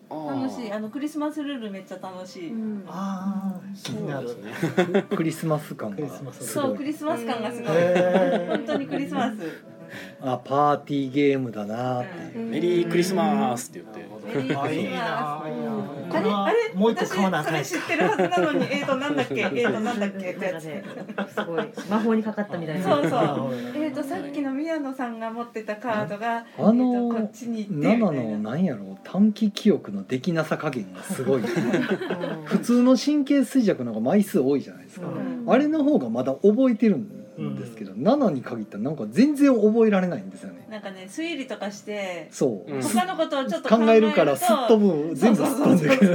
C: あー
G: 楽しいあのクリスマスルールめっちゃ楽しい、
I: うん
H: ああ気になる
C: そうですね
B: クリスマス感
H: クリ
B: が
H: スマス
B: す
G: そ
B: ご
G: うク
B: い
G: リスマス感がすごい、
H: へー
G: 本当にクリスマス、
B: あパーティーゲームだなーっていう
C: メリークリスマスって言って
G: メリークリスマス
H: あいいなあいいな
G: あれあれ
H: もう一個買わなあかんや
G: 私それ
H: つ
G: 知ってるはずなのにえっとなんだっけえっとなんだっけっ
D: な
G: てや
D: んか
G: つ
D: ねすごい魔法にかかったみたいな
G: そうそうえ
H: う
G: っとさっきの宮野さんが持ってたカードが
B: あの
G: えーとこっちに行ってみた
B: 7
G: いな
B: のなんやろう短期記憶のできなさ加減がすごい
D: うん
B: 普通の神経衰弱の方が枚数多いじゃないですか、
D: うん
B: あれの方がまだ覚えてるんですけど、7に限ったらなんか全然覚えられないんですよね
G: なんかね推理とかして
B: そう、
C: うん
G: 他のことをちょっと
B: 考えるからすっ飛
G: ぶ
B: ぶ全部すっ飛んでくる、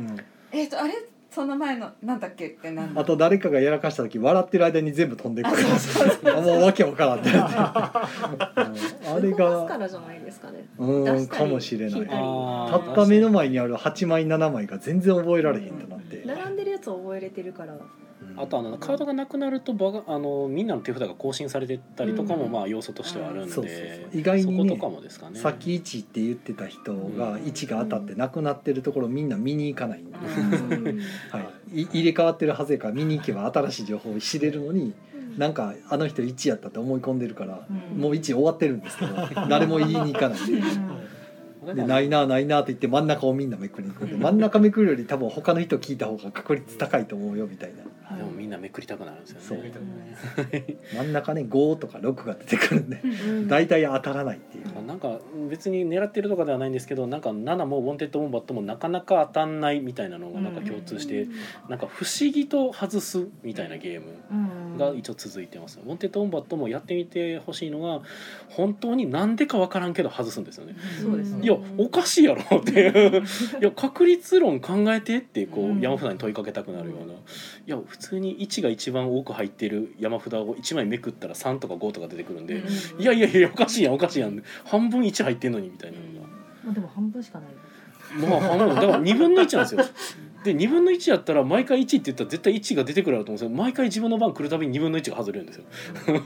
B: うん
G: えっとあれその前のなんだっけってなんだ
B: あと誰かがやらかした時笑ってる間に全部飛んでくる あもうわけわからんってなって、うんあれ
I: 動かすか
B: が
I: らじゃないですかね。
B: う
I: 出
B: ーん
I: したり
B: かもしれな
I: 引
B: い
I: いたり
B: たった目の前にある8枚7枚が全然覚えられへんとなって、
I: 並んでるやつを覚えれてるから。
B: うん
C: あとあのカードがなくなると場があのみんなの手札が更新されてたりとかも
I: うん
C: まあ要素としてはあるんで、
B: そうそうそう意外にね
C: そことかもですかね。
B: さっき1って言ってた人
C: う
B: が
C: ん
B: 1が当たってなくなってるところみんな見に行かないんで、
I: うん
B: はい、い入れ替わってるはずやから見に行けば新しい情報を知れるのになんかあの人1やったって思い込んでるから
D: うん
B: もう1終わってるんですけど 誰も言いに行かないで
C: だか
B: で
C: ら
B: ないなないなって言って真ん中をみんなめくりに行くんで真ん中めくるより多分他の人聞いた方が確率高いと思うよみたいな
C: あでもみんなめくりたくなるんですよね。
B: そう
G: うん
B: 真ん中ね5とか6が出てくるんで
D: うん
B: 大体当たらないっていう
C: なんか別に狙ってるとかではないんですけどなんか7もウォンテッド・ウォンバットもなかなか当たんないみたいなのがなんか共通して、なんか不思議と外すみたいなゲーム
D: うん
C: が一応続いてますモンテトンバットもやってみてほしいのが本当になんでかわからんけど外すんですよね
D: そうですね
C: いやおかしいやろって いういや確率論考えてってこ
D: うん
C: う山札に問いかけたくなるようないや普通に1が一番多く入ってる山札を1枚めくったら3とか5とか出てくるんでいやいやいやおかしいやんおかしいやん半分1入ってんのにみたいなのが。
D: まあでも半分しかない。
C: まあ花もだから2分の1なんですよ。で2分の1やったら毎回1って言ったら絶対1が出てくるだろうと思うんですよ毎回自分の番来るたびに2分の1が外れるんですよ。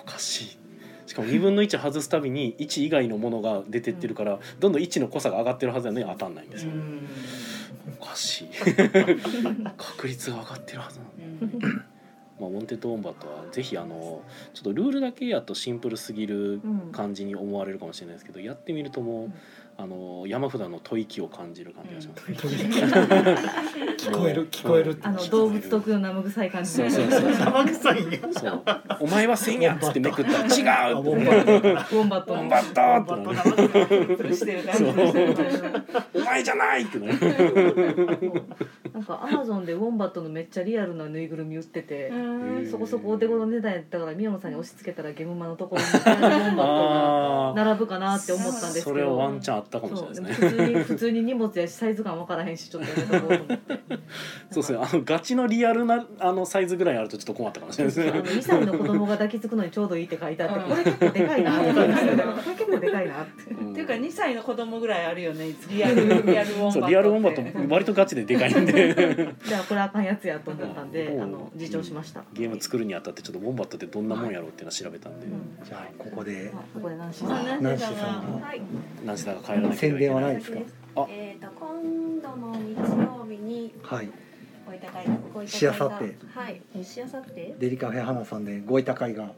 C: おかしいしかも2分の1外すたびに1以外のものが出てってるからどんどん1の濃さが上がってるはずなのに当たんないんですよ。おかしい 確率が上がってるはずなのにまあ、モンテッド・オンバットはぜひあのちょっとルールだけやとシンプルすぎる
D: うん
C: 感じに思われるかもしれないですけどやってみるともうあの山札の吐息を感じる感じがします。
H: 聞こえる聞こえるって
D: あの動物特有の生臭い感じ
C: そ
D: で。
C: うそうそう
H: 生臭いんや
C: そうお前は千やっつってめくったら違う
H: あ
C: っ
H: もう
C: て
H: まあ
D: ウォンバット
C: オン
D: の。
C: バットってなる
J: 潰してる感じで
C: お前じゃないってなる
D: なんかアマゾンでウォンバットのめっちゃリアルなぬいぐるみ売ってて。そこそこお手頃値段やったから宮野さんに押し付けたらゲムマのところにウォンバットが
C: あー
D: 並ぶかなって思ったんですけど
C: それはワンチャンあったかもしれ
D: そうで
C: な
D: も
C: いですね
D: 普通に普通に荷物やしサイズ感分からへんしちょっとやめとこうと思って
C: そうですねあのガチのリアルなあのサイズぐらいあるとちょっと困ったかもしれないです
D: あの
C: ね
D: 2歳の子供が抱きつくのにちょうどいいって書いてあって
J: うん
D: これ結構でかいなって思いましたけどこれ結構でかいなって
C: うん
J: っていうか2歳の子供ぐらいあるよねリアルリアルウォンバットっ
C: そう
J: て
C: リアルオンバット割とガチででかいんで
D: じゃあこれあかんやつやと思ったんで
C: うん
D: あの自重しました
C: ゲーム作るにあたってちょっとウォンバットってどんなもんやろうっていうのは調べたんで、
D: うん
B: じゃあここで
D: あここで何し
J: あ
D: ます
J: なん
B: ナンシ
J: でだろ
B: ー
J: う
B: さんの
M: はい
C: 何しながら帰らなきゃい
B: 宣
C: け
B: 伝はな
C: ないい
B: ですか
C: あ
I: えっ、と今度の日曜日に
B: はい
I: ごいた会がごい
B: しあ
I: た
B: さ
I: 会
B: っ
I: が
B: て
I: はいえしあさって
B: デリカフェ花さんでごいた会が
I: 明日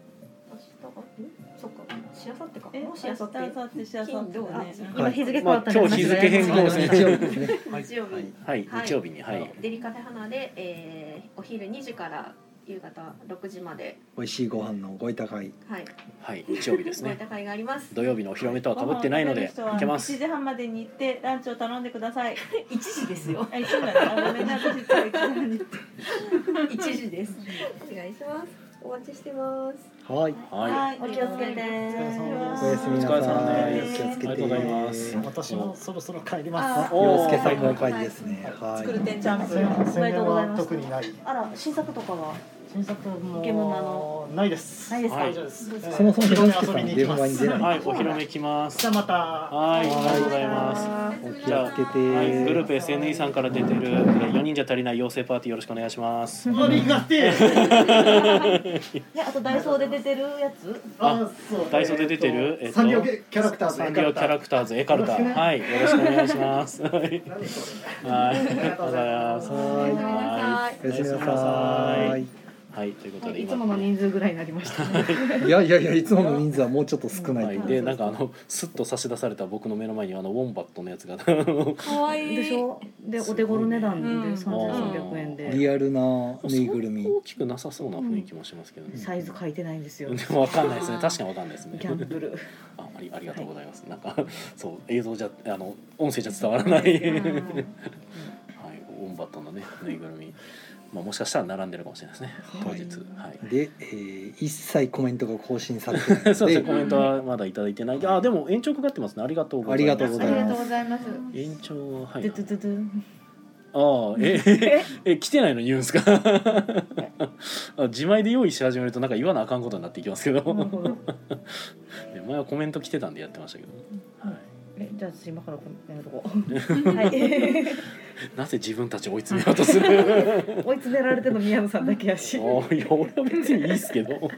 I: がんそっかしあさってか
J: え
I: もうしあさって
J: 明日明後日しあさってだね
B: はい
D: 今日付変わったんで
C: まあ今日日付変更
B: 日曜日ですね
I: 日曜日、
C: はい
I: はい
C: 日曜日にはい、
I: デリカフェ花で、えー、お昼2時から夕方6時まで
B: 美味しいご飯のごいた会
I: はい
C: はい、日曜日です
I: ごい
C: ね
I: た会があります
C: 土曜日のお披露目とはかぶってないので
J: ご飯を食べる人は
C: 行けます
J: 1時半までに行ってランチを頼んでください
D: 1時ですよ
J: あ一緒だねあごめんな私いつも行かないんで
I: 1時ですお願いしますお待ちしてます
B: はい
C: はい
I: お気をつけて
B: おやすみな
C: お疲
B: さい
C: れ様です
B: 気をつけて
C: ありがとうございます
H: 私もそろそろ帰ります
J: あ
B: 洋介さんの会ですねはい
J: 作るてんちゃんぷ
H: 宣
J: ん
H: 伝は特にない
D: あら新作とかは
H: 新作も
D: ゲームの
H: ないです
D: ないですか
C: はい
H: 大丈夫です
B: そもそも洋
H: 広
B: 介さ
H: め遊
B: ん
H: びに
B: 電
H: 行きま
B: 話に
H: す
B: 出
H: じ
B: ない
C: はい、お披露目来ます
H: ゃあまた
C: はい、ありがとうございます
B: お気をつけて
C: はい、グループ SNE さんから出てる4人じゃ足りない妖精パーティーよろしくお願いします
H: ありがてえ
D: ねあとダイソーで出てるやつ
C: あ
H: そう
C: ダイソーで出てる
H: え
C: え
H: っ
C: っと
H: とサンリオキャラクターズ
C: サンリオキャラクターズエカルタはい、よろしくお願いしますはい、
H: 何それ
C: ありがとうございます
B: は
C: はい
B: おやすみなさい
C: いはい、ということで
D: い
C: 今
D: つもの人数ぐらいになりました
B: いやいやいやいつもの人数はもうちょっと少な
C: はいい、
B: と
C: でなんかあのスッと差し出された僕の目の前にあのウォンバットのやつがあ
J: 可愛い
D: でしょでお手頃値段で
J: うん
D: 3300円で
B: リアルなぬいぐるみ
C: 大きくなさそうな雰囲気もしますけどね、
D: サイズ書いてないんですよ
C: でもわかんないですね確かにわかんないですね
D: ギャンブル
C: あありありがとうございます、なんかそう映像じゃあの音声じゃ伝わらない、はい、オンバットのねぬいぐるみ、まあ、もしかしたら並んでるかもしれないですね当日はい
B: で、えー一切コメントが更新されてないの で
C: そうですねコメントはまだいただいてないあでも延長かかってますねありがとうございます
B: ありがとうございます
D: ざいます
C: 延長は
D: ド
C: い
D: ゥドゥドゥドゥ
C: ああえええ来てないのに言うんですか あ自前で用意し始めるとなんか言わなあかんことになっていきますけど
D: なるほど
C: ね前はコメント来てたんでやってましたけど、はい、
D: えじゃあ私今からこのやめとこうはい
C: なぜ自分たちを追い詰めようとする
D: 追い詰められてるの宮野さんだけやし
C: ああいや俺は別にいいっすけど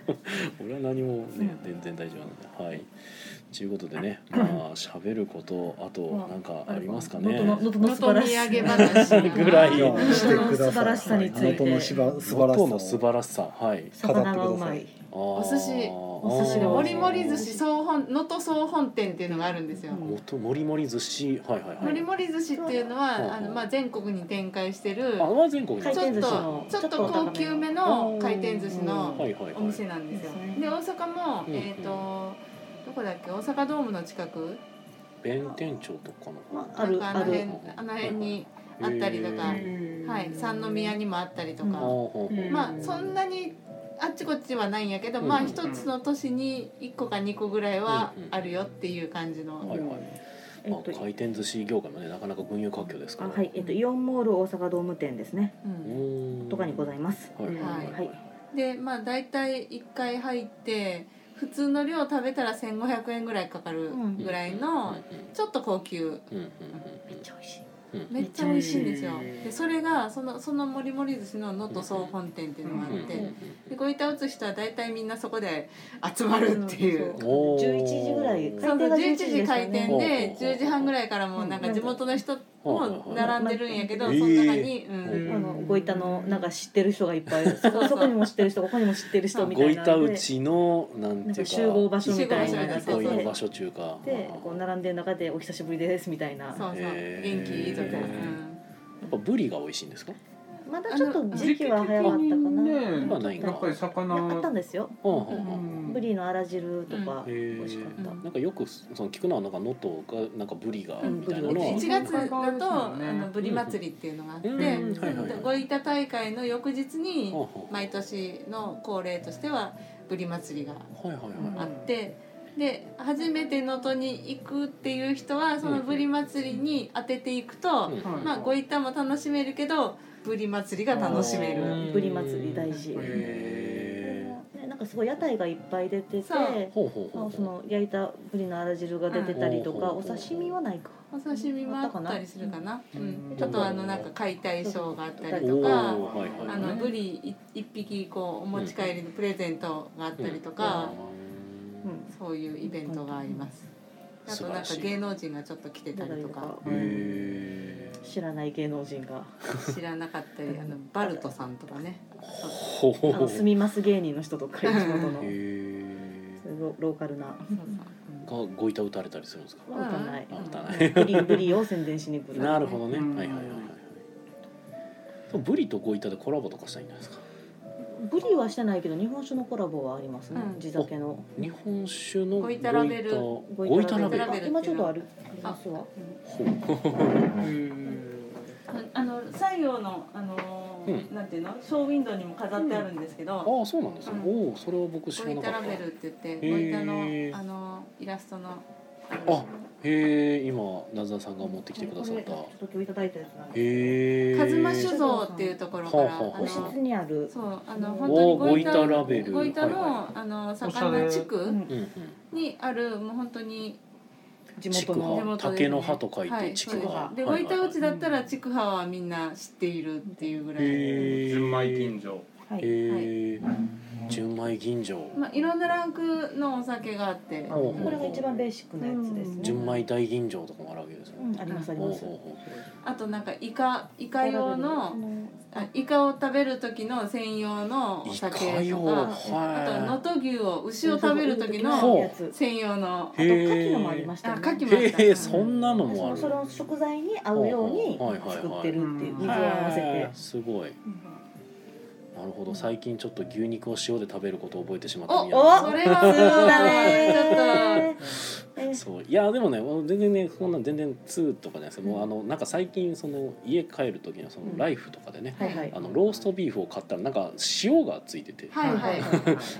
C: 俺は何もね全然大丈夫なんではいということでねまあ喋ることあとなんかありますかね
D: 能登の能登の素晴らしさ
C: ぐらい
B: いやしてくだ
D: 素晴らしさ
B: さい
D: について
B: 元のしば素晴らしさ
C: 元
B: を
C: の素晴らしさはい
D: 魚がうまい
C: お
G: 寿司
C: お
D: 寿司が
G: も
D: 盛
G: りもり寿司総本能登総本店っていうのがあるんですよ。も
C: 元もりもり寿司はいはいは
G: り
C: い
G: もり寿司っていうのは、
C: うん
G: あのまあ全国に展開してる
C: あは全国に
D: 回
G: ちょ
D: 転
G: っ
D: 寿司
G: と
D: の
G: ちょっと高級めの回転寿司の
C: はいはいはい
G: お店なんですよ
D: はいはいは。い
G: で大阪も
C: うん
G: えっ、とどこだっけ大阪ドームの近く
C: 弁天町とかの
D: まあ
G: な
D: あ
G: ん
D: る
G: かあ
D: あ
G: の辺
D: る
G: あの辺にあったりとか、
C: へ
G: はい三宮にもあったりと
D: う
G: か、
C: あーほうほう
G: まあそんなにあっちこっちはないんやけど、まあ一つの都市に一個か二個ぐらいはあるよっていう感じの。
J: はいはいまあ、回転寿司業界もねなかなか群雄割拠ですか
D: あ
J: ら、
D: はい、えっと、イオンモール大阪ドーム店ですね。
J: うん
D: とかにございます。
J: はいはいはい
D: はい。
G: でまあ大体1回入って普通の量食べたら1,500円ぐらいかかるぐらいのちょっと高級
J: うんうん
D: めっちゃ美味しい。
G: めっちゃ美味しいんですよでそれがそのそのもりもり寿司の能登総本店っていうのがあってでご遺体打つ人は大体みんなそこで集まるっていう。
J: おー
D: 11時ぐらい
G: そうそう11時開店
J: ほうほう
G: で
J: ほう
G: 10時半ぐらいからもうなんか地元の人も並んでるんやけどその中に、うん、
D: あのごいたのなんか知ってる人がいっぱいそこそこにも知ってる人ここにも知ってる人みた
J: ご
D: い
J: い
D: な
J: た
D: の
J: う
D: で
J: ちのなんていうか
D: 集合場所み
G: たいな
J: 憩いの場所中か
D: でこう並んでる中で「お久しぶりです」みたい
G: そうそ
D: な
G: う
J: へー
G: 元気とか、
J: やっぱブリが美味しいんですか
D: まだちょっと時期は早かったかな
E: 時期的に
J: まあない
E: ね、やっぱ
D: い
E: り
D: やあったん
E: 魚。
D: ですよ
J: はあはあ
G: う
J: はあ
E: ん
D: ブリのあら汁とか
J: へ
D: 美味しかっ
J: ー
D: た
J: なんかよくその聞くのはなんか能登がなんかブリがみたいな
G: うん
J: のは
G: 1月だ
E: そうですよ
G: と、
E: ね
G: あのブリ祭りっていうのがあって、
J: うんうんはいはいはい
G: そのごいた大会の翌日に
J: ほうほう
G: 毎年の恒例としてはブリ祭りが
J: はいはい
G: あ
J: は
G: って、で初めて能登に行くっていう人はそのブリ祭りに当てていくと、
J: い、うん
E: はい
G: まあ、ごいたも楽しめるけどブリ祭りが楽しめる。
D: ブリ祭り大事
J: へ
D: ねなんかすごい屋台がいっぱい出てて
G: そう
J: ーほうほう
D: ま
J: ほ
D: あ
J: う
D: その焼いたブリのあら汁が出てたりとか
J: うん
D: お刺身はないか
G: お刺身もあったりするかな、
E: う
G: うんん、あとあのなんか解体ショーがあったり
J: お
G: と
J: お
G: か
J: ーはいはい
G: あのブリい一匹こうお持ち帰りのプレゼントがあったりとか、
D: うん
G: そういうイベントがあります。あとなん
J: 素晴
G: から
J: しい
G: 芸能人がちょっと来てたりとか
J: うんへー
D: 知らない芸能人が
G: 知らなかったりあのバルトさんとかねそう
J: ほうほう
D: あの住みます芸人の人とか地元の
J: へー
D: ロローカルな
G: そうそう
J: がごいた打たれたりするんですか
D: まあ歌わない
J: あ
G: うん
J: 歌わない
D: ブリブリを宣伝しに来る
J: なるほどね、
E: うん
J: はいはいはいはいそうブリとごいたでコラボとかしたらいいんじゃないですか
D: ブリはしてないけど日本酒のコラボはありますね、
G: うん
D: 地酒の
J: 日本酒の
G: ごいたラベル
J: ごいたラベ
G: ご
J: ル
G: いたラベル
D: 今ちょっとあるありますわ
J: ほう
G: うんあの西洋のあのー
J: う
G: なんていうのショーウィンドウにも飾ってあるんですけど、
J: ああそうなんですね、
G: う
J: おおそれは僕知
G: ゴ
J: ら
G: イ
J: なか
G: タ
J: った
G: ラベルって言って
J: へー
G: ゴイタのあのイラストの
J: あへえ今なずなさんが持ってきてくださっ
D: これち
J: た
D: ょっと今日いただいたやつなんで
J: へえ
G: カズマ酒造っていうところか
J: は
G: ら
J: あはあはあ
G: あの
D: す室にある
G: そうあの本当にゴイ
J: おーゴイタ
G: タ
J: ラベル
G: ゴイタ
J: はいはい
G: のあの
E: おしゃれ
G: 魚地
D: う
G: 区
D: ん
J: うんうん
G: にあるもう本当に
D: 地
J: 地区
D: 元の
J: 派
G: ですね
J: 竹の葉と書い
G: は
J: て
G: い
J: 地
G: そう
J: 区
G: です
J: 派
G: で
J: は
G: ご
J: い
G: い
J: はい
G: た
J: は
G: う
J: い
G: ちだったらちくははみんな知っているっていうぐらい、
J: へえ
E: 純米吟醸。
D: はい
J: へえ純米吟醸
G: まあ、いろんなランクのお酒があって
J: ほうほうほう
D: これが一番ベーシックなやつですね
J: 純米大吟醸とかもあるわけですね、
D: うんありますあります
J: ほうほうほ
G: あとなんかイカイカ用のあイカを食べる時の専用のお酒
J: イカ用
G: とかあと能
J: は
G: 登牛を牛を食べる時
J: ほう
G: の
D: やつ
G: 専用の
D: あ
J: い
D: と牡蠣のもありま
J: し
D: したね
G: あ牡蠣も
J: へえそんなの
D: そ
J: もあ
D: の
J: る
D: その食材に合うように
J: はいはいはい
D: 作ってるっていう水を合わせ
J: へ
D: て
J: えすごいなるほど最近ちょっと牛肉を塩で食べることを覚えてしまった
G: お
J: み
D: お
J: や
G: それはそうだね
D: えー
J: そういやでもねもう全然ねそんな全然2とかじゃないですけど、もうあのなんか最近その家帰る時のそのライフとかでね、
D: はいはい
J: あのローストビーフを買ったらなんか塩がついてて、
G: ちょっとはいはい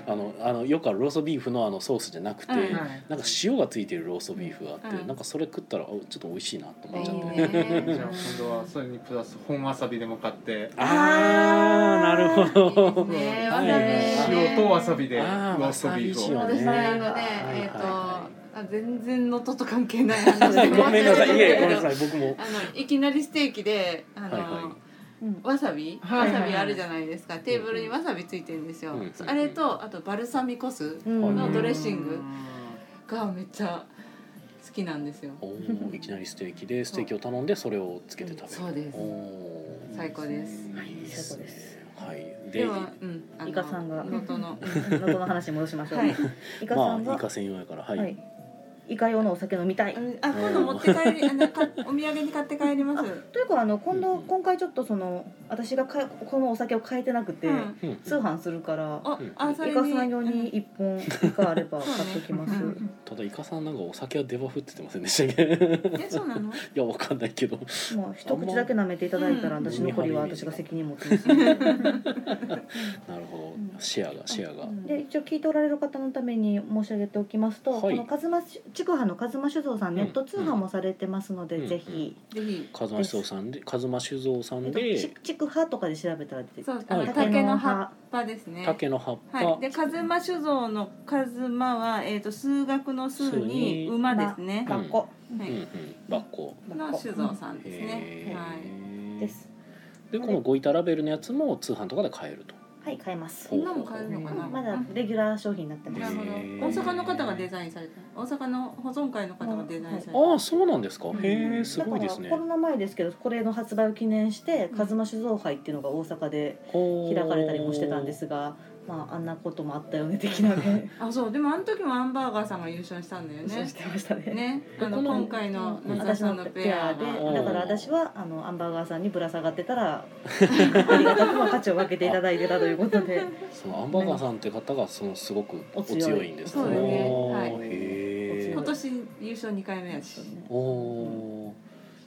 J: あのあのよくあるローストビーフのあのソースじゃなくて、
G: うん
J: なんか塩がついてるローストビーフがあって、
G: うん
J: なんかそれ食ったらあちょっと美味しいなと思っちゃ
G: い
J: っ
G: い
J: て、
G: ね
E: じゃあ今度はそれにプラス本わさびでも買って。
J: ああなるほど
G: いいですねわさび
E: 塩とわさびでロ
J: あー
E: ーストビーフを
J: わさび
G: 私
J: 塩
G: ねあのね
J: はい
G: えっ、と、
J: は
G: あ全然能登と関係ない話で
J: ごめんなさいいえごめんな
G: あ
J: さい僕も
G: のいきなりステーキであの、
J: はいは
D: うん
G: わさび、
E: はいはいはい
G: わさびあるじゃないですかテーブルにわさびついてるんですよ、
J: うん
G: あれとあとバルサミコ酢
D: うん
G: のドレッシングがめっちゃ好きなんですよ
J: おーいきなりステーキでステーキを頼んでそれをつけて食べる、
G: そうです
J: おー
G: 最高です
J: いい
D: 最高
J: ね
D: です
J: はい
G: で
J: で
G: は、うん、あの
D: イカさんが
G: 能登 の
D: うんこの話に戻しましょう、
G: はい
D: イカさ
J: ま
D: ん
J: あ
D: が、
J: イカ専用やからはい、
D: はいイカ用のお酒飲みたい。
G: あ今度持って帰りあのかお土産に買って帰ります。
D: というかあの今度今回ちょっとその私がかこのお酒を変えてなくて、
G: うん
D: 通販するから、
G: ああそれ
D: イ
G: に
D: カさん用に一本イカあれば買っときます。
J: ただイカさんなんかお酒はデバフって言ってませんでしたっけ
G: えそうなの？
J: いやわかんないけど
D: まあ一口だけ舐めていただいたら
J: うん
D: 私残りは私が責任持って ます。
J: なるほどシェアがシェアが、
D: で一応聞いておられる方のために申し上げておきますと、
J: はい
D: このカズマちくはのカズマ酒造さんネット通販もされてますので、
J: うん
D: ぜひ。
G: ぜひ
J: カズマ酒造さんでカズマ酒造さ
D: え
J: ん
D: っと
J: で、
D: ちちくはとかで調べたら出て
G: そう
J: はい
G: 竹の葉っぱですね。
J: 竹の葉っぱ、
G: はい、で、カズマ酒造のカズマは、えっ、と、数学の数に馬ですね。
J: 数に馬
G: は
J: うんう
G: い
J: ん、バッコ
G: の酒造さんですね。
J: はい
D: です
J: でこのゴイタラベルのやつも通販とかで買えると
D: はい買えます。
J: そんな
G: も買えるのかな
D: うんまだレギュラー商品になってま
G: な
D: す
G: る。ほど。大阪の方がデザインされた。大阪の保存会の方がデザインされた。
J: ああそうなんですか、へえすごいです
D: だ
J: ね
D: からコロナ前ですけどこれの発売を記念して「カズマ酒造杯」っていうのが大阪で開かれたりもしてたんですが、まあ、あんなこともあったよね的なね
G: あ、そう、でも、あの時もアンバーガーさんが優勝したんだよね。
D: 優勝してましたね。
G: ね、あの、今回の、野田
D: 私
G: さん
D: の
G: のペ
D: ペ
G: ア
D: ア
G: で
D: で。
J: うん
D: だから私はあのアンバーガーさんにぶら下がってたらありがたくも価値を分けていただいてたということ で
J: そのアンバーガーさんって方がそのすごくお
D: お強い
J: 強いんです
G: そうだねはい
J: おーへえ
G: 今年優勝二回目やし。
J: おお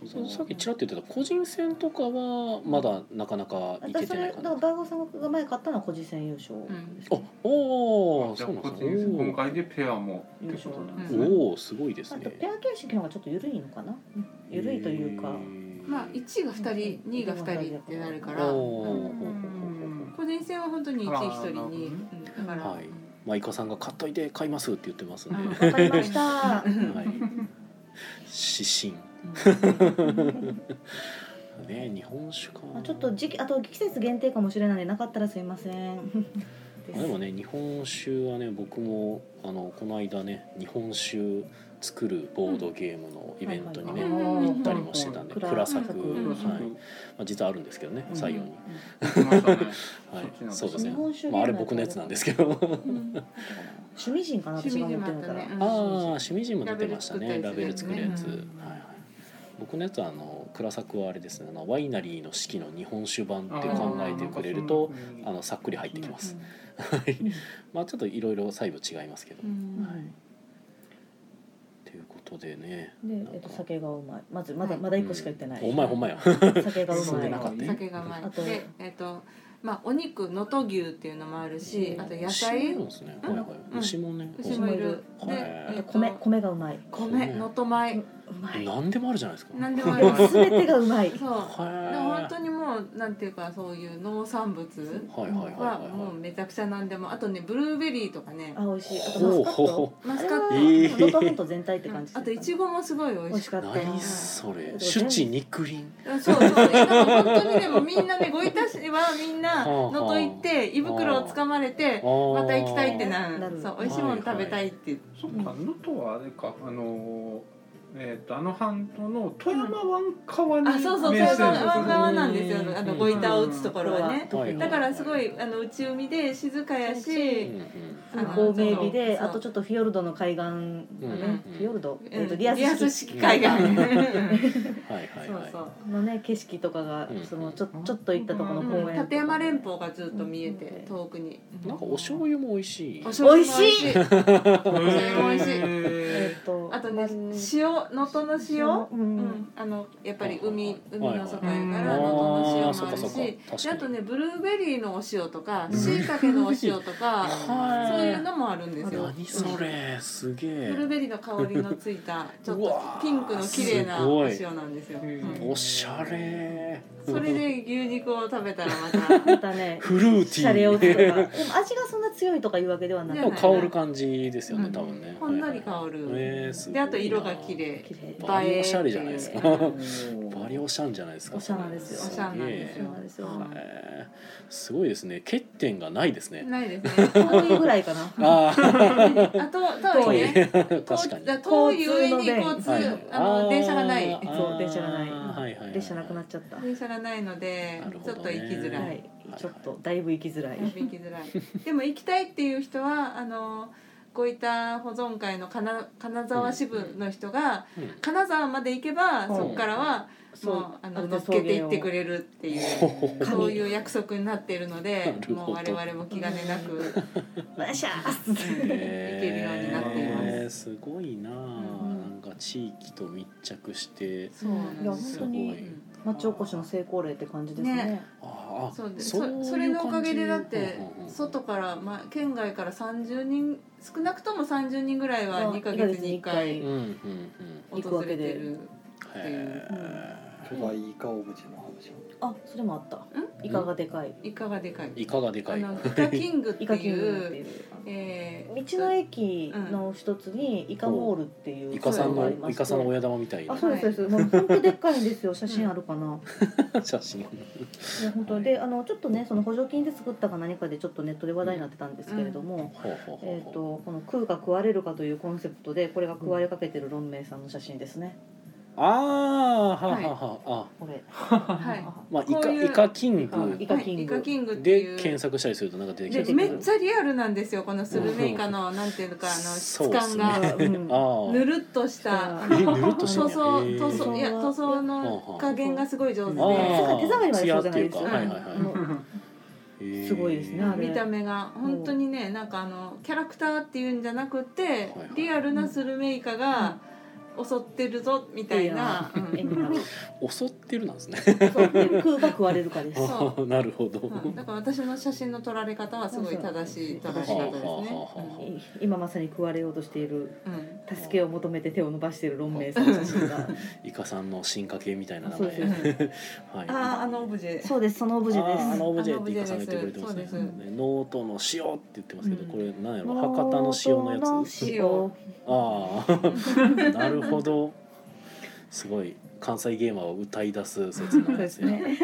J: ー、そさっきちらっと言ってた個人戦とかはまだなかなかいけ
D: 私そ
J: てな
D: れ
J: い
D: だから
J: かな
D: バーガーさんが前買ったのは個人戦優勝ですね、
J: おお
E: じゃ
J: そ
E: あ
J: うなん
E: 個
J: です
E: 人戦
J: ね
E: 今回でペアもってことなんですね。
J: おおーすごいです
D: あと
J: ね
D: ペア形式の方がちょっと緩いのかな緩いというか、
G: まあ、一位が二人、二位が二人ってなるから。
J: お
G: うん
J: ー
G: 個人戦は本当に一位一人
E: あー
G: に、うんだから。
J: はいまあイカさんが買っといて買いますって言ってますんで、
G: うん
D: わかりました
J: はい、指針ね日本酒か
D: まあちょっと時期あと季節限定かもしれないのでなかったらすいませ ん
J: まあでもね日本酒はね僕もあのこの間ね日本酒作るボードゲームのイベントにね、
D: はいはいはい
J: 行ったりもしてたんで、
D: うん
J: プラサク、
D: うん
J: はいまあ、実はあるんですけどね採用に、はい
E: そっちなんです
J: そうですね
D: 日本酒ゲーム
J: まあ、あれ僕のやつなんですけど
D: 趣味人かな私が持ってる
G: 趣味人だっ
D: か
G: た
D: ら、
G: ねうん
J: ああ趣味人も出てましたね
G: ラ
J: ラベ
G: ベ
J: ル
G: ル
J: 作
G: 作
J: る
G: る
J: や
G: や
J: つ、
G: つ
J: はい
G: ね
J: はい僕のやつはあの倉作はあれですねあのワイナリーの四季の日本酒版って考えてくれるとあのさっくり入ってきます、はいまあちょっといろいろ細部違いますけど、
G: う
J: っ
G: ん
J: ていうことでね
D: で、えっと、酒がうまいまずまだまだ一個しか言ってない、
J: お前ほんまや
D: 酒がう
J: 飲ん
D: ま
J: で
D: い
J: なかったね
G: 酒がうまい
D: あと
G: でえっ、とまあお肉能登牛っていうのもあるしあと野菜
J: 牛もいるんですねはいはい
G: うん
J: 牛もね
G: 牛もいる
J: は
G: で、
J: い
G: えっと
D: 米米がうまい
G: 米能登米
D: うまい
J: 何でもあるじゃないですか
G: 何でもあるそう
D: 全てがうまい
G: で本当にもうなんていうかそういう農産物
J: はいはいはい
G: は
J: はい
G: もうめちゃくちゃ何でもあとねブルーベリーとかね
D: あ美味しいあ
J: ほ
D: と
J: う
D: マスカ
J: ほう
D: ッ
J: ほ
D: ト
G: マスカッ
D: あ
G: ト
D: れ
J: え
D: は
J: ー
D: 能登半島全体って感じ
G: あといちごもすごい美
D: 美
G: 味
D: 味
G: し
D: し
G: い
D: かった
J: 何それ
D: うん
J: シュチ肉林
G: そうそうえなんか本当にでもみんなねごいたしはみんな
J: は あはあ
G: 能登行って胃袋をつかまれて
J: あー
G: また行きたいってな
D: な
G: る
D: る
G: そう美味しいもの食べたいって
E: そっか、能登はあれか、あのー、えっ、と、あの半島の富山湾側に
G: あそうそう富
E: 面してるん
G: 山
E: ですよ
G: 湾側なんですよ
J: うん
G: あのごいたを打つところはね
J: うんはいはい
G: だからすごいあの内海で静かや
J: う
G: し
J: んうん
G: あの
D: 透明美で
G: そう
D: あとちょっとフィヨルドの海岸、
J: ん
D: フィヨルド、
G: うん
D: えっとリア
G: リア
D: ス
G: ス
D: 式
G: 式海岸そ
J: はいはい
G: う
J: はい
G: そう
D: のね景色とかが、
J: うん
D: そのちょちょっと行ったところの公園、
G: 立山連峰がずっと見えて遠くに
J: なんかお醤油も美味しい。
G: 醤油も
D: 美味
G: 美味しい美味しい
D: えっと
G: あとね塩能登の塩
D: う
G: うんん、あのやっぱり海海
J: はいはい
G: の底やから
E: うん
G: 能登の塩もあ
J: あー
G: る
J: そっかそっか確
G: し
J: かに
G: であとねブルーベリーのお塩とかしいたけのお塩とか
J: はい
G: そういうのもあるんですよ
J: 何それ、すげ
G: ブルー
J: え。
G: ベリーの香りのつい たちょっ
J: う
G: と
J: わー
G: ピンクの綺麗な
J: す
G: お
J: ごい
G: 塩なんですよ、
E: うん
G: うん
J: おしゃれ。
G: それで牛肉を食べたらまた
D: またね
J: フルーテ
D: シャレオ
J: ィ
D: ツとかでも
J: ー。
D: 味がそんな強いとかいうわけではな
J: で
D: く
J: も
D: て
J: 香る感じですよね、
G: うん
J: 多分ね。
G: ほんのり香る、
J: はいはいえーすごい
G: で
J: な
G: あと色が綺麗
D: 綺麗
J: バリおしゃれじゃないですか。
G: 映えっていう
J: バリおしゃんじゃないですか。
D: おしゃなんですよ
J: それ
G: おしゃんなんですよ
D: そうですよ
G: うん
J: えーすごいですね。欠点がないですね。
G: ないですね
D: 遠いぐらいかな
J: ああ、
G: あと遠いね
J: 確
G: 遠
J: かに。
G: い遠い上に交通、
J: はいはい
G: あの電車がない
J: あー
D: そう電車がない
J: はいはいはい
D: 電車なくなっちゃったは
G: 電車がないので
J: なるほ
G: ち
J: ど
G: ょっ
J: ね
G: と行きづらい、
J: はい
D: ちょっとだいぶ行きづらい
G: 行きづらいでも行きたいっていう人はあのこ板保存会の金金沢支部の人が
J: うんうん
G: 金沢まで行けば
J: うん
G: そこからは
D: そう
G: もうあ
D: あ
G: の
D: と
G: 乗っけていってくれるっていう
J: ほほほ
G: そういう約束になっているので
J: なる
G: も
J: ほ
G: う
J: ど
G: 我々も気兼ねなく
D: わっしゃー
G: 行けるようになっています。
J: えーすごいなあ、なんか地域と密着して
G: そうなんです
J: す
G: よ
J: ごい
D: 町おこしの成功例って感じですね
G: ね
J: ああ
G: そうで
J: ういう
G: そ
J: 感じ
G: それのおかげでだっ
J: う
G: て
J: んうんうん
G: 外から、まあ、県外から30人少なくとも30人ぐらい
D: あ
G: は2か月に1回
J: うんうんうん
G: 訪れてる
J: へ
G: っていう
B: 巨大イカオブジェの話も
D: あそれもあったイカがでかい
G: イカがでかい
J: いかがでか
G: あ
J: い
G: のイカキングっ て
D: イカキングってい
G: いう
D: う
G: え
D: 道
G: ー
D: の駅の一つにイカモールっていう
J: イカさん
D: そういうがあ
J: の
D: りまし
J: イカ
D: て
J: さんの親玉みたいな
D: あそうですそうですもう本当でっかいんですよ写真あるかな、
J: 写真
D: いや本当であのちょっとねその補助金で作ったか何かでちょっとネットで話題になってたんですけれども、
J: ほうほう
D: え
J: ほ
D: ー、とこの「食うか食われるか」というコンセプトでこれが食われかけてるロンメイさんの写真ですね
J: うああはあはあはああ
D: これ
G: はい
J: まあイ
G: こう
J: カ
G: いう
J: イカキン
D: あイ
J: グ
D: カ
G: はい
D: キン
G: イ
D: グ
G: カキングって
J: で
G: い
J: 検
G: う
J: 索したりするとなんか出てき
G: で
J: ます
G: めっちゃリアルなんですよこのスルメイカのなんていうのかあの質感が、
J: そうですねああ
G: ぬるっとした
J: えぬるっとしてる
G: 塗装
J: へえ
G: 塗装いや塗装の加減がすごい上手で
J: あ
D: なん
J: ー
D: か手触りは一緒じゃないですよ
J: 艶っていうかはいはいはいへえ
D: すごいですねあれ
G: 見た目が本当にねなんかあのキャラクターっていうんじゃなくて
J: はい
G: リアルなスルメイカが襲ってるぞみたいな、うん
D: 絵になる
J: 襲ってるなんですね
D: そうで食うか食われるかです
G: そう
J: なるほど、
G: うんだから私の写真の撮られ方はすごい正しい正しかったですね。
D: い今まさに食われようとしている
G: うん
D: 助けを求めて手を伸ばしているロンメイさんの写真が
J: イカさんの進化系みたいな名
D: そう
J: 前
D: ですね
J: はい
G: あーあのオブジェ
D: そうですそのオブジェで
J: あーあ
D: す
J: のオブジェって
G: あの
J: イ
G: オ
J: カ
G: ブジ
J: さ
G: ェで
J: ん
G: す
J: 言ってくれてますね
G: そうで
J: ノートの塩って言ってますけど、
G: うん
J: これなんやろ博多の塩のやつ
D: つ塩
J: ああ なるほどすごい関西ゲーマーを歌い出す説なんですね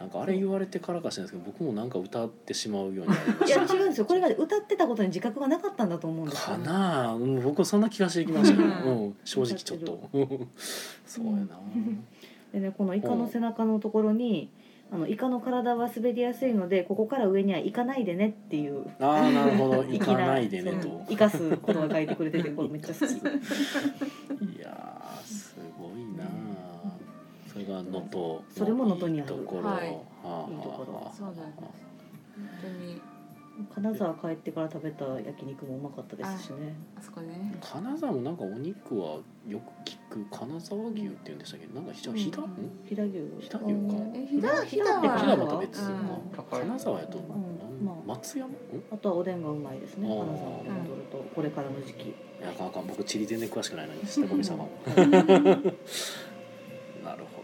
J: なんかあれ言われてからかしらないですけど僕もなんか歌ってしまうようになりま
D: い
J: し
D: や違うんですよこれが歌ってたことに自覚がなかったんだと思うんで
J: た
D: す
J: か
D: よ
J: なあうん僕はそんな気がしてきましたね、
G: う
J: うん、正直ちょっとそうやな
D: でねこのイカの背中のところにあのイカの体は滑りやすいのでここから上には行かないでねっていう
J: ああなる ほど
D: 粋
J: 行かないでね
D: そ
J: と
D: う生かすことが書いてくれててこれめっちゃ 好き
J: いやーすごいなあそれが能登
D: それも能登にある
J: いいところ、
G: はい
J: はあはあ
D: いいとこ
G: そうなんです本当に
D: 金沢帰ってから食べた焼肉もうまかったですしね
G: あそこね
J: 金沢もなんかお肉はよく聞く金沢牛って言うんでしたっけどなんかひだひだ、ん、
D: 飛騨牛
J: 飛騨牛か
G: えひだひだ
J: え
G: は
J: ひだはまた別か、
E: うん
J: 金沢やと、
D: ん
J: なん松山ん
D: あとはおでんがうまいですね
J: あー
D: 金沢ので戻るとこれからの時期
J: いやあかんあかん僕地理全然詳しくないのに知ってこみさまも なるほ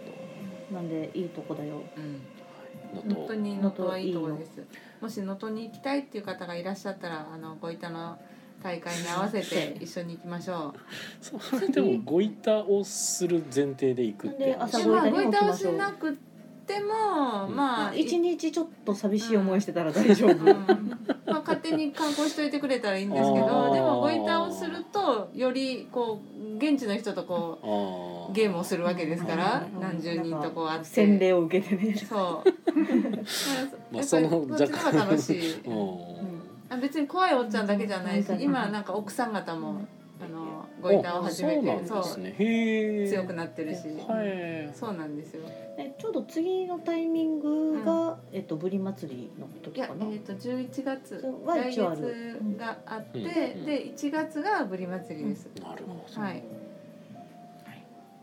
D: なんでいいとこだよ
G: うん
J: ど
G: 本
J: 能
G: 当
J: 登
G: に能登はいいところです。もし能登に行きたいっていう方がいらっしゃったら、あのごいたの大会に合わせて一緒に行きましょ
J: それでもごいたをする前提で行くってい
D: な
J: う
D: ん
G: う。
D: 朝
G: で、
D: ごい
G: ま
D: た
G: あ
D: に
G: ご
D: も
G: い
D: 来
G: たを
D: まし
G: し
D: ょう
G: なくても、
J: うん
G: まあ
D: 一
G: い
D: 日ちょっと寂しい思いしてたら大丈夫
G: うんまあ勝手に観光しといてくれたらいいんですけ
J: あ
G: ど、
J: ー
G: でもごいたをするとよりこう現地の人とこ
J: あー
G: うゲームをする わけですから
D: う、ん
G: 何十人とこうあって。
D: 洗礼を受けてね
G: そう。 ま
J: まあ
G: あ
J: その
G: こっちの方が楽しい。
J: うん
G: あ別に怖いおっちゃんだけじゃないし
D: うん
G: 今なんか奥さん方もあのごいたを始め
J: あ
G: て
J: そ
G: そうん
J: うなですねへえ
G: 強くなってるし
J: はい
G: そうなんですよ
D: えちょうど次のタイミングが、えっとぶり祭りの
G: い
D: 時
G: や
D: か
G: え
D: な
G: っ、と11月
D: そうは
G: 来
D: 一応ある
G: 月があって
J: うんうん
G: で1月がぶり祭りです
J: なるほど、
G: はい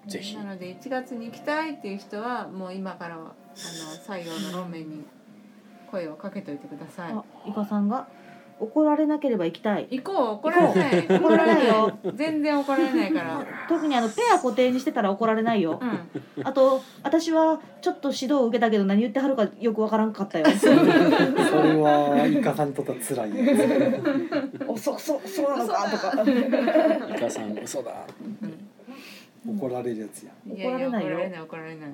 J: ぜひ
G: なので1月に行きたいっていう人はもう今からあの採用の論面に声をかけておいてくださ
D: あイカさんが怒られなければ行きたい
G: い行こう怒られない
D: こう
G: 怒られないよ全然怒られないから
D: 特にあのペア固定にしてたら怒られないよ
G: う、ん
D: あと私はちょっと指導を受けたけど何言ってはるかよくわからんかった よ
B: それはイカさんにとっては辛いや つ
D: おそそそうなのかとか
J: イカさん嘘だ
B: 怒られるやつや
G: いやいや
D: 怒られないよ
G: 怒られない怒られない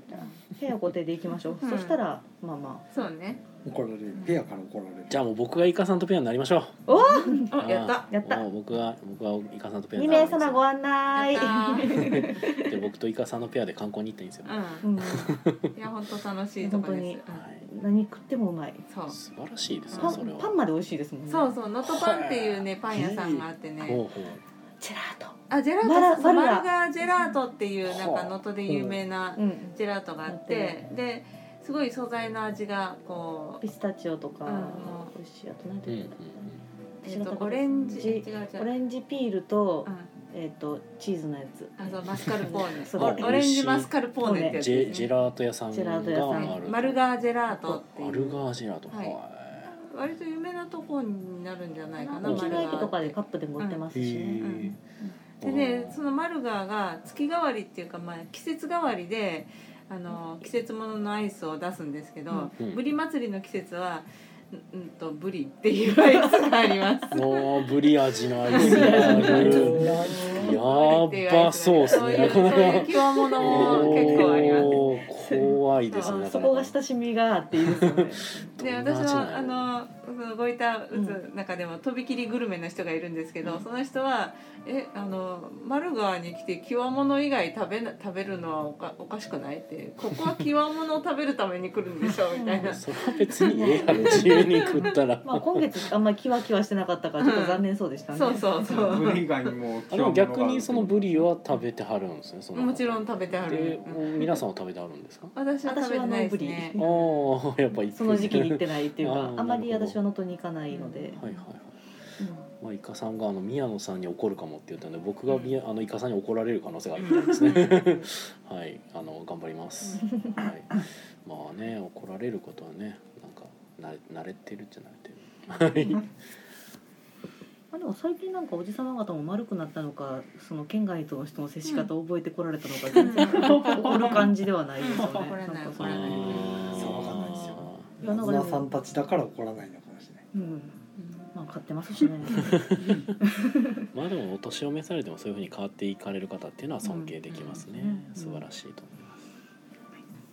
D: ペア固定で行きましょう、
G: うん
D: そしたらまあま
G: そうね
D: あ
B: 怒られるペアから怒られる
J: じゃあもう僕がイカさんとペアになりましょう
D: おお
J: あー
D: やったやった
J: もう僕は僕はイカさんとペア
D: 二
J: にな
D: 名
J: ります
D: 様ご案内
G: やった ー
J: で僕とイカさんのペアで観光に行ったんですよ
G: うんいや本当楽しいと
D: 本
G: こ
D: 当
G: です
D: に何食ってもうまい
G: そう
J: 素晴らしいですね
D: パ
J: それ
D: ン
J: は
D: パンまで美味しいですもんね
G: そうそう能登パンっていうねパン屋さんがあってね
J: ほうほう
D: ジェラート
G: あジェラ
D: マラ
G: ートそう
D: マル
G: マ
D: ガ
G: ルガジェラートっていうなんか能登で有名な
D: うん
G: ジェラートがあってですごい素材の味がこう
D: ピスタチオとか
G: うん
D: 美味しいあと何
J: うんう
D: て
J: んう
D: 言うんんだっけ
G: えっ
D: な
G: とオレンジ違う違う
D: オレンジピールと
G: うん
D: えっとチーズのやつ
G: あそうマスカルポーネ
D: そう
G: オオレンジマスカルポーネってやつ
J: ジ
G: で
J: ェ
G: す
J: ジェ
G: ね
J: ラート屋さん
D: ジェ
J: が
D: ラ
J: あ
D: ート屋さん
J: る
G: マルガージェラートってい
J: マ
G: う
J: ルガージェラート
G: はい割と有名なとこになるんじゃないかな
D: 道
G: マル
D: の
G: ガ
D: 駅と
G: ー
D: かでカップでも売ってますしね
G: ん
J: へ
G: で
J: え
G: ねそのマルガーが月替わりっていうか、まあ、季節替わりであの季節もののアイスを出すんですけど、
J: うん
G: ブリ祭りの季節はうんうんとブリっていうアイスがあります
J: もうブリ味のアイスがあ るやばそうです
G: そう
J: ね
G: いう
J: なか
G: そう
J: なか
G: いう際物も結構あります
J: おー怖いですね
D: あ
J: な
D: そ
J: か
D: こ
J: な
D: が
J: か
D: 親しみがあっていいですよ ね
G: で
J: どんな
G: 私
J: 味な
G: はあ
J: の
G: のそのごいた打つ中でもとびきりグルメな人がいるんですけど、その人は「えあのマルガーに来て極物以外食べな食べるのはおかおかしくない?」って「ここは極物を食べるために来るんでし ょ」みたいな。
J: それは別にええやろ 自由に食ったら
D: まあ今月あんまりキワキワしてなかったからちょっと残念そうでしたね
G: そうそうそう
E: ブリ以外にも
J: あでも逆にそのブリは食べてはるんですねその
G: もちろん食べてあ
J: で
G: る、
J: もう皆さんは食べてはるんですか
G: 私は食べてないです
D: 私はノー
G: ね
D: ブ
J: ああやっぱ行って
D: その時期に行ってないっていう
J: あ
D: か
J: ー
D: あまり
J: なるほ
D: 私
J: ど
D: は能登に行かないので、
J: はいはいはい、まあ、イカさんがあの宮野さんに怒るかもって言ったので僕が宮あのイカさんに怒られる可能性があるみたいですねはいあの頑張ります、はい、まあね怒られることはねなんか慣れ慣れてるっちゃ慣れてるはい
D: まあ、でも最近なんかおじ様方も丸くなったのかその県外との人の接し方を覚えてこられたのか 全然怒る感じではないですよね。
G: 怒らない
D: なんかそ
G: 怒ら
D: の
G: ない
B: そうわかんないですよ
D: いやなんかで
B: 妻さん
D: も、
B: たちだから怒らないのかもしれない
D: うん、まあ買ってますしね。
J: まあでもお年を召されてもそういうふうに変わっていかれる方っていうのは尊敬できますね、
D: うん
J: 素晴らしいと思いま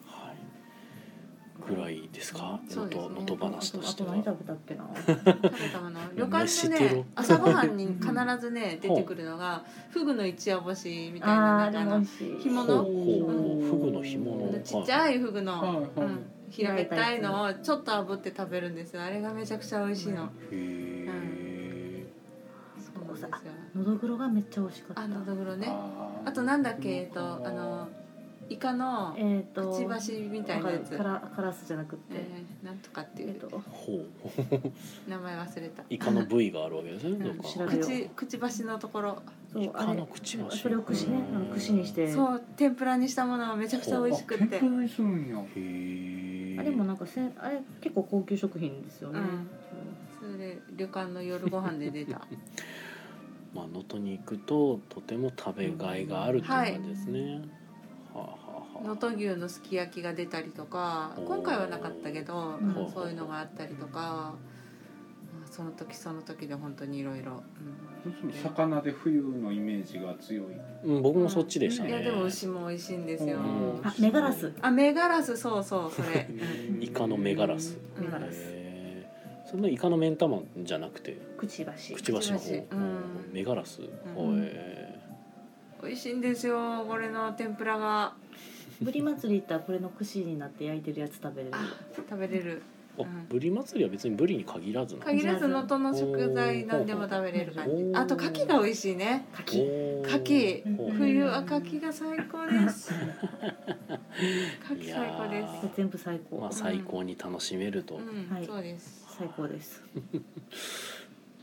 J: す、はい、ぐらいですか
G: そう
J: 能
G: ですね
J: 登能登話として
D: あと
J: は
D: 何食べたっけな。
G: 食べたもの旅館
J: 飯
G: の
J: テロ
G: ね朝ごはんに必ずね出てくるのがフグの一夜干しみたい
D: あ
G: なな
D: あ
G: ん
D: で
G: かあ
D: も
G: の
D: 美味しい。
G: 干物
J: ほうほうほうフグの干物
G: あのちっちゃいフグの、
E: はいはい
G: うん、平べったいのをちょっと炙って食べるんですよあれがめちゃくちゃ美味しいの、
J: へえ
G: そうなんですよ
D: のどぐろがめっちゃ美味しかった
G: あ。のどぐろね
E: あ
G: あとなんだっけえっとあのイカの
D: えっ、
G: く
D: と
G: ちばしみたいなやつ、
D: カラカラスじゃなくて、
G: えーなんとかって
D: え
G: い
D: っ、
G: う
D: と
J: ほう
G: 名前忘れた
J: イカの部位があるわけですね。どっか
D: 調べよう
G: 口くちばしのところ
D: そう
J: イカ
D: あれ
J: の口ばし。
D: それを串ねあの串にして。
G: そう天ぷらにしたものはめちゃくちゃ美味しくって、
E: 天ぷらにするんや
J: へー
D: あれもなんかせんあれ結構高級食品ですよ
G: う
D: ね。
G: ん、それで旅館の夜ご飯で 出た
J: まあ能登に行くととても食べがいがあるっていう感じですね。はあはあ
G: 能
J: はあ。
G: 登牛のすき焼きが出たりとか
J: おー
G: 今回はなかったけど、
D: うん
G: うんそういうのがあったりとか、まあその時その時で本当にいろいろ
E: 要するに魚で冬のイメージが強い
J: うん僕もそっちでした
G: いや
J: ね
G: で。も牛も美味しいんですよ、
J: うん
D: あ、メガラス。
G: あ銘柄酢そうそうそれ
J: イカのメガラス。
G: うん
D: メガラス
J: へーそんなイカの目ん玉じゃなくて
D: くちばし。
J: くちばしの
G: く
J: 方
G: ちばしうん
J: メガラス。
G: ん
J: へ
G: 美味しいんですよこれの天ぷらが
D: ブリ祭り行ったらこれの串になって焼いてるやつ食べれる。
G: 食べれる
J: ー。
G: う
J: あ
G: ん
J: ブリ祭りは別にブリに限らずなんで
G: 限らず能登の食材何でも食べれる感
J: お
G: じ
J: ー
G: あと牡蠣が美味しいね
J: すね。
D: 柿。
J: おー
G: 牡蠣
J: ほう
G: 冬は牡蠣が最高です。牡
J: い
G: 蠣
J: や
G: 最高で
J: ー
D: 全部最高。
J: まあ最高に楽しめると。
G: す。うん、
D: はい
G: そうです。
D: 最高です。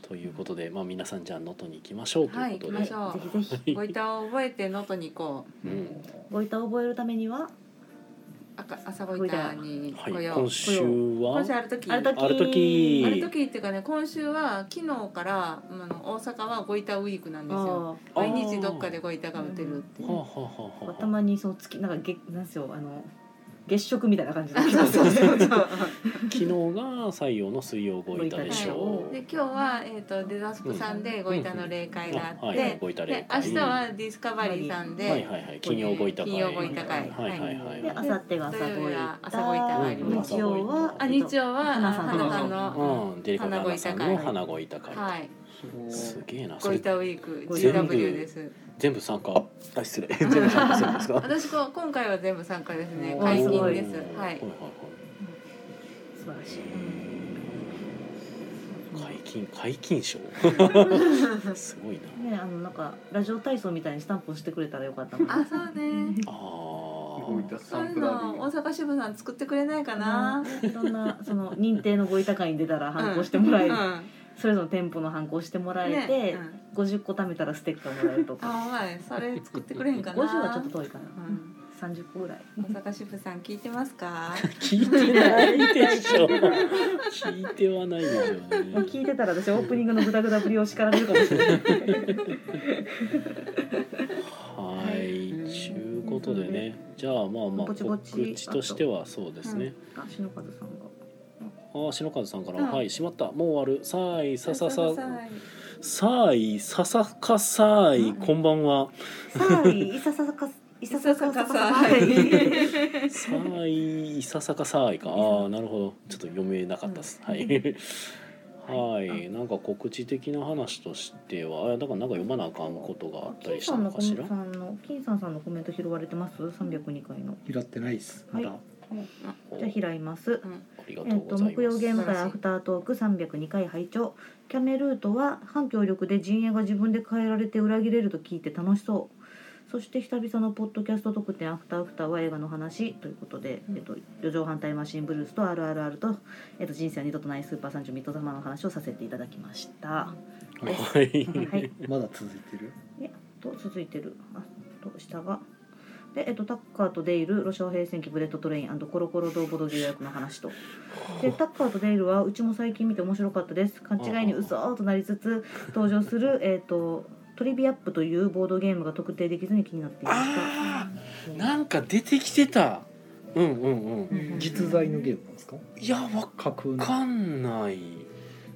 J: ということで、まあ、皆さんじゃあ能登に行きましょうと
G: はいいう
J: こと
G: 行
J: で、
G: きましょ
D: ぜ
G: う
D: ひぜひ。
G: ごいたを覚えて能登に行こう。
J: うん
D: ごいたを覚えるためには、
G: 赤朝ごいたに来
J: はい、
G: よう。
J: 今週は
G: 今週ある時。
D: ある時。
J: ある時
G: ある時っていうかね今週は昨日からあの大阪はごいたウィークなんですよ。
D: ああ。
G: 毎日どっかでごいたが打てるっていう。
J: はあはあはあはあ
D: たまにその月なんかげなんですよあの月食みたいな感じで
J: 昨日が採用の水曜ごいたでしょう
G: で今日は、えー、とデザスプさんでごいたの例会があっ
J: うんうんあは
G: て
J: い、ごいた例
G: で
J: 会
G: 明日はディスカバリーさんで、
J: はいはいはい金曜ごいた会
G: 金曜ごいた会
J: はいはいはい
D: で明後日が朝
G: 土曜
D: ごい
G: が
D: た
G: 朝ごいた会
D: 日曜は
G: あ日曜は
D: 花さん
G: 花
D: の
G: さんの
J: うんデリカ
G: 花
J: 花
G: ご
J: ご
G: い
J: い
G: た
J: た
G: 会
J: 会花ごいた会
G: はい
J: すげえなそ
G: ご
J: れ
G: いたウィーク
J: 全部
G: GW です
J: 全部参加あ 失礼全部参加するんですか
G: 私こ今回は全部参加ですね
J: おー
G: 解禁です
J: おー
G: は
J: はい
G: い
D: 素晴らしい
J: 解禁解禁賞すごいな
D: ねあのなんかラジオ体操みたいにスタンプをしてくれたらよかったのに
G: あそうね
E: 動いた
G: そ
E: サ
G: うい
E: ン
G: う
E: プラー
G: の大阪支部さん作ってくれないかな
D: ないろんなその認定のごいた会に出たら反抗してもらえる、
G: うんうん
D: それぞれの店舗の反抗してもらえて、
G: ねうん
D: 50個貯めたらステッカーもらえると
G: あ
D: か
G: お前それ作ってくれへんかな
D: 50はちょっと遠いかな、
G: うん
D: 30個ぐらい
G: 大阪支部さん聞いてますか
J: 聞いてないでしょ聞いてはないでしょうね
D: 聞いてたら私オープニングのグダグダぶりを叱られるかもしれない
J: はい、ちゅうことでね、じゃあまあまあ
D: ぼちぼ
J: 告
D: ち
J: 知としてはそうですね。
D: あ篠和さんが
J: ああ、篠和さんから、
D: うん
J: はい、しまった、もう終わる、さあい、さささ。
G: さ
J: さあい、ささかさあい、こんばんは。
D: さあいさささかいさささかさあ い
J: さあい、いささかさあいか、ああ、なるほど、ちょっと読めなかったです。はい。はい、なんか告知的な話としては、あ、だからなんか読まなあかんことがあった
D: 金
J: りした
D: さん
J: の
D: の
J: か
D: コメ
J: し
D: ン
J: ら
D: ト。さんの金さんさんのコメント拾われてます302回の
B: 拾ってないですまだ、
D: じゃあ拾います、
J: ありが
D: え
J: と
D: っ
J: うご
D: と
J: ざいます。
D: 木曜ゲーム会アフタートーク302回拝聴キャメルートは反協力で陣営が自分で変えられて裏切れると聞いて楽しそうそして久々のポッドキャスト特典アフターアフターは映画の話ということで、えっと、四畳半タイムマシンブルースと RRR と、えっと、人生は二度とないスーパー三十ミッド様の話をさせていただきま した
J: はい
D: はい
B: まだ続いてる
D: であと続いてるあと下がで、えっと、タッカーとデイルロシア平戦記ブレッドトレインコロコロ同ボドゲ予約の話とでタッカーとデイルはうちも最近見て面白かったです勘違いにうそーとなりつつ登場するえっとトリビアップというボードゲームが特定できずに気になっていました
J: なんか出てきてた。うんうんうん。
B: 実在のゲームなんですか
J: いやわ
B: 架空
J: わ
B: の
J: かんない。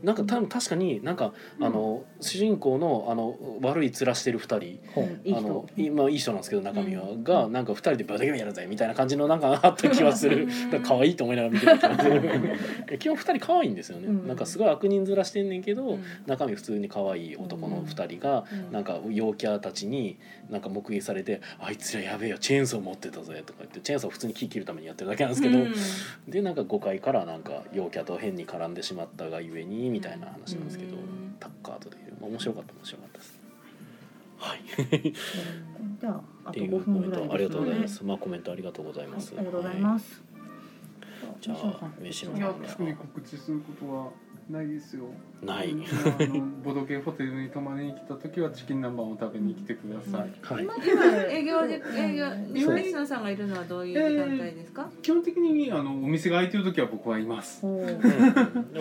J: なんか多分確かになんか、あの主人公のあの悪い面してる二人。
B: 本
D: いい
J: あ
D: 人
J: の今いい人なんですけど中身は、がなんか二人でバドゲームやるぜみたいな感じのなんかあった気はするだから可愛いと思いながら見てる気がする基本二人可愛いんですよね、
D: うん
J: なんかすごい悪人面してんねんけど、中身普通に可愛い男の二人が、
G: うん
J: なんか陽キャたちになんか目撃されて「あいつらやべえよチェーンソー持ってたぜ」とか言ってチェーンソー普通に木切るためにやってるだけなんですけど、でなんか5階からなんか陽キャと変に絡んでしまったがゆえにみたいな話なんですけど、
G: うん
J: タッカーとでいう、まあ、面白かった面白かったです。はい、
D: じゃあ
J: っ
D: あ
J: て
D: と
J: いう
D: 5
J: コ
D: 分
J: メ
D: ぐ
J: ン
D: らい
J: トありがとうございま
D: です
J: す。まあコメントありがとうござい
D: の
J: ます。
D: ではいありがとうございます
J: はいじゃあ飯
E: いや
J: の
E: 特に告知することはないですよ
J: ない
E: うんあのボドゲホテルに泊まりに来た時はチキン南蛮を食べに来てください、
B: はい
G: 今営業で営業西野さんがいるのはどういう時間帯ですか、
E: 基本的にあのお店が開いてる時は僕はいます、
J: お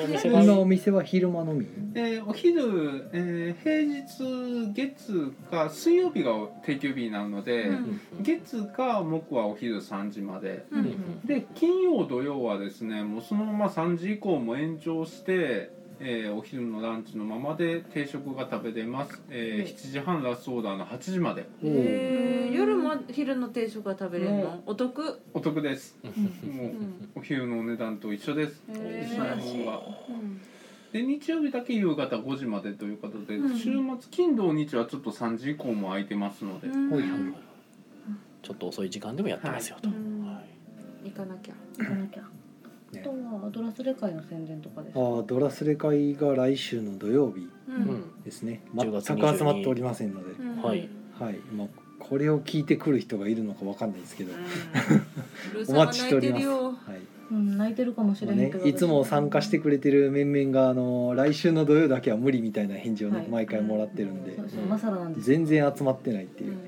J: 店が
B: 今お店は昼間のみ
E: えーお昼、えー平日月か水曜日が定休日なので、
G: うん
E: 月か木はお昼3時まで
G: うん
E: で金曜土曜はですねもうそのまま3時以降も延長して、えーお昼のランチのままで定食が食べれます、えー
G: うん
E: 7時半ラストオーダーの8時まで
G: えー、夜も昼の定食が食べれるの、お得、
E: お得です
G: う
E: もうんお昼のお値段と一緒です
G: へー
E: 一緒の方が
G: うん
E: で日曜日だけ夕方5時までということで、
G: うん
E: 週末金土日はちょっと3時以降も空いてますので、
G: うん
B: ほい
J: ちょっと遅い時間でもやってますよと。
G: うん
J: は
G: 行かなきゃ
D: 行かなきゃ
B: ね
D: あとはドラスレ会の宣伝とかです
B: あードラスレ会が来週の土曜日
G: う、
J: い。うんん
B: ですね全
J: 10
B: く
J: 月
B: 集まっておりませんので、
G: うん
J: はい
B: はいまあこれを聞いてくる人がいるのかわかんないですけど、
G: ブルー
B: お
G: さんが
B: 待ちし
G: 泣
B: てお
G: いて
B: りま
G: る
B: す、
G: よ
B: はい
D: うん泣いてるかもし
B: も
D: れ
B: う
D: へ
B: ね
D: んけど、
B: いつも参加してくれてる面々があの来週の土曜だけは無理みたいな返事をね、
D: はい
B: 毎回もらってるんで、
D: そうそうマサラなんです
B: 全然集まってないっていうう、
G: ん
J: うん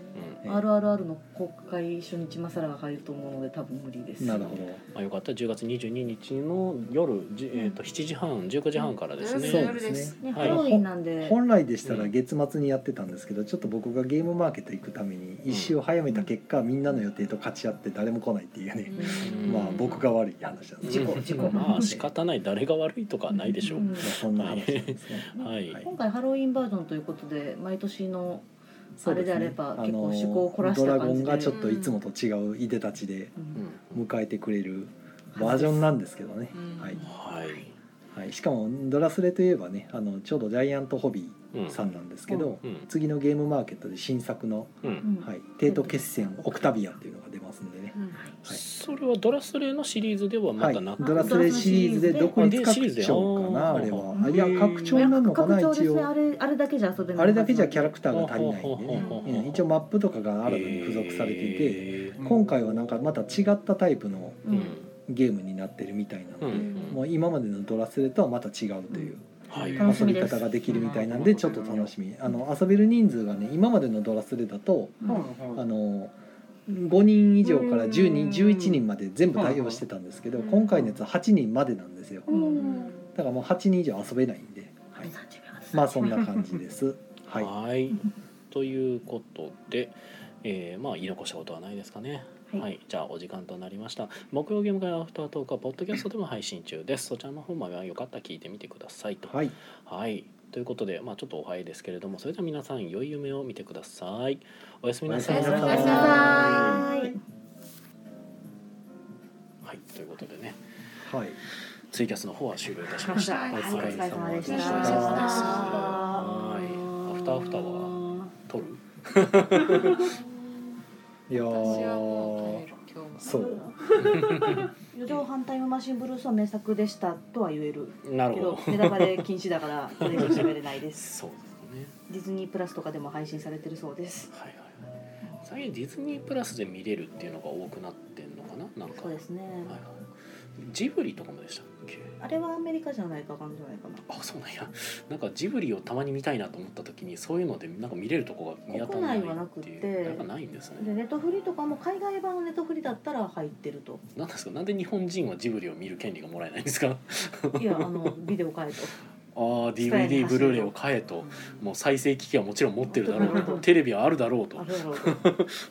D: RRR の公開初日今更が入ると思うので多分無理です
C: なるほど。あよかった。10月22日の夜、じえっ、と7時半、19時半からですね。
B: そうですね。
D: ね
C: はい
D: ハロウィンなんで
B: 本来でしたら月末にやってたんですけど、ちょっと僕がゲームマーケット行くために一周早めた結果、みんなの予定と勝ち合って誰も来ないっていうね、まあ僕が悪い話なんですけど
C: うんまあ仕方ない誰が悪いとかはないでしょう。
D: うん
B: まあそんな話なんですね。
C: はい。
D: 今回ハロウィンバージョンということで毎年の
B: そ
D: あ
B: う
D: れ
B: です
D: で
B: ね
D: あれば
B: あ
D: 結構
B: の
D: 趣向を凝らし
B: ド
D: た
B: ラゴ
D: 感
B: ン
D: じで
B: がちょっといつもと違ういでたちで迎えてくれるバージョンなんですけどね、はい
C: はい。
B: はい、しかもドラスレといえばねあのちょうどジャイアントホビーさんなんですけど、
C: うんうん
B: 次のゲームマーケットで新作の
C: う
B: 「
C: ん。
B: はい、帝都決戦オクタビア」っていうのが出ますんでね、
C: それはドラスレのシリーズではま
B: はい
C: だな、く、
B: ドラスレシリーズで独立
C: あでシリーズ
B: 拡
C: で
B: 張かな
C: あ
B: あ
C: ー
B: れ
C: は
B: は
C: は
B: あいや拡張なのか
D: 拡
B: な
D: 張で
B: 一
D: すねあ
B: 応
D: れあれだけじゃ遊べない
B: あれだけじゃキャラ
D: ク
B: クターが足りないんでね
C: ほうほうほうほう
B: うん一応マップとかが新たに付属されていて、
C: えー
B: 今回はなんかまた違ったタイプの
C: うん
B: ゲームになってるみたいなので、
C: うん
B: もう今までのドラスレとはまた違うという
C: はい
D: 楽し
B: 遊
D: み
B: び
D: です
B: 方ができるみたいなんでちょっと楽しみあの遊べる人数がね今までのドラスレだとあの5人以上から10人11人まで全部対応してたんですけど今回のやつは8人までなんですよだからもう8人以上遊べないんで、はい、まあそんな感 じですはい
C: はい。ということで、えー、まあ言い残したことはないですかね。
D: はい
C: じゃあお時間となりました。木曜ゲーム会アフタートークはポッドキャストでも配信中です。そちらの方まではよかったら聞いてみてくださいと。
B: はい
C: はい。ということで、まあちょっとお早いですけれども、それでは皆さん良い夢を見てください。おやすみなさい。
B: おやすみなさい
D: ターはい
C: はい。ということでね、
B: はい
C: ツイキャスの方は終了いたしました。
B: はい
D: お疲れ様でした
C: お疲れ様ではい。アフターアフターは撮る。
B: いや
G: 私はもう
B: ー
G: 帰る今日も
B: そう
D: 四畳半タイムマシンブルースは名作でしたとは言える
C: なる
D: け
C: ほ
D: ど
C: ど。
D: ネタバレ禁止だからこれ以上喋れないです
C: そうですね。
D: ディズニープラスとかでも配信されてるそうです
C: はいはいはい。最近ディズニープラスで見れるっていうのが多くなってんのかな。なんか。
D: そうですね
C: はいはい。ジブリとかもでしたっけ。
D: あれはアメリカじゃないかわかんじゃないかな
C: あ、そうなんや。 なんかジブリをたまに見たいなと思った時に、そういうので、なんか見れるとこが見当たらない
D: 国内はな
C: っ
D: く
C: て
D: て
C: いう。なんかないんです
D: で
C: ね。
D: ネットフリとかも海外版のネットフリだったら入ってると
C: なんですか。なんで日本人はジブリを見る権利がもらえないんです か。
D: いやあのビデオ変えと
C: ああ、DVD ブルーレイを買えと。もう再生機器はもちろん持ってるだろう と。テレビはあるだろうと
D: あ。るだろうと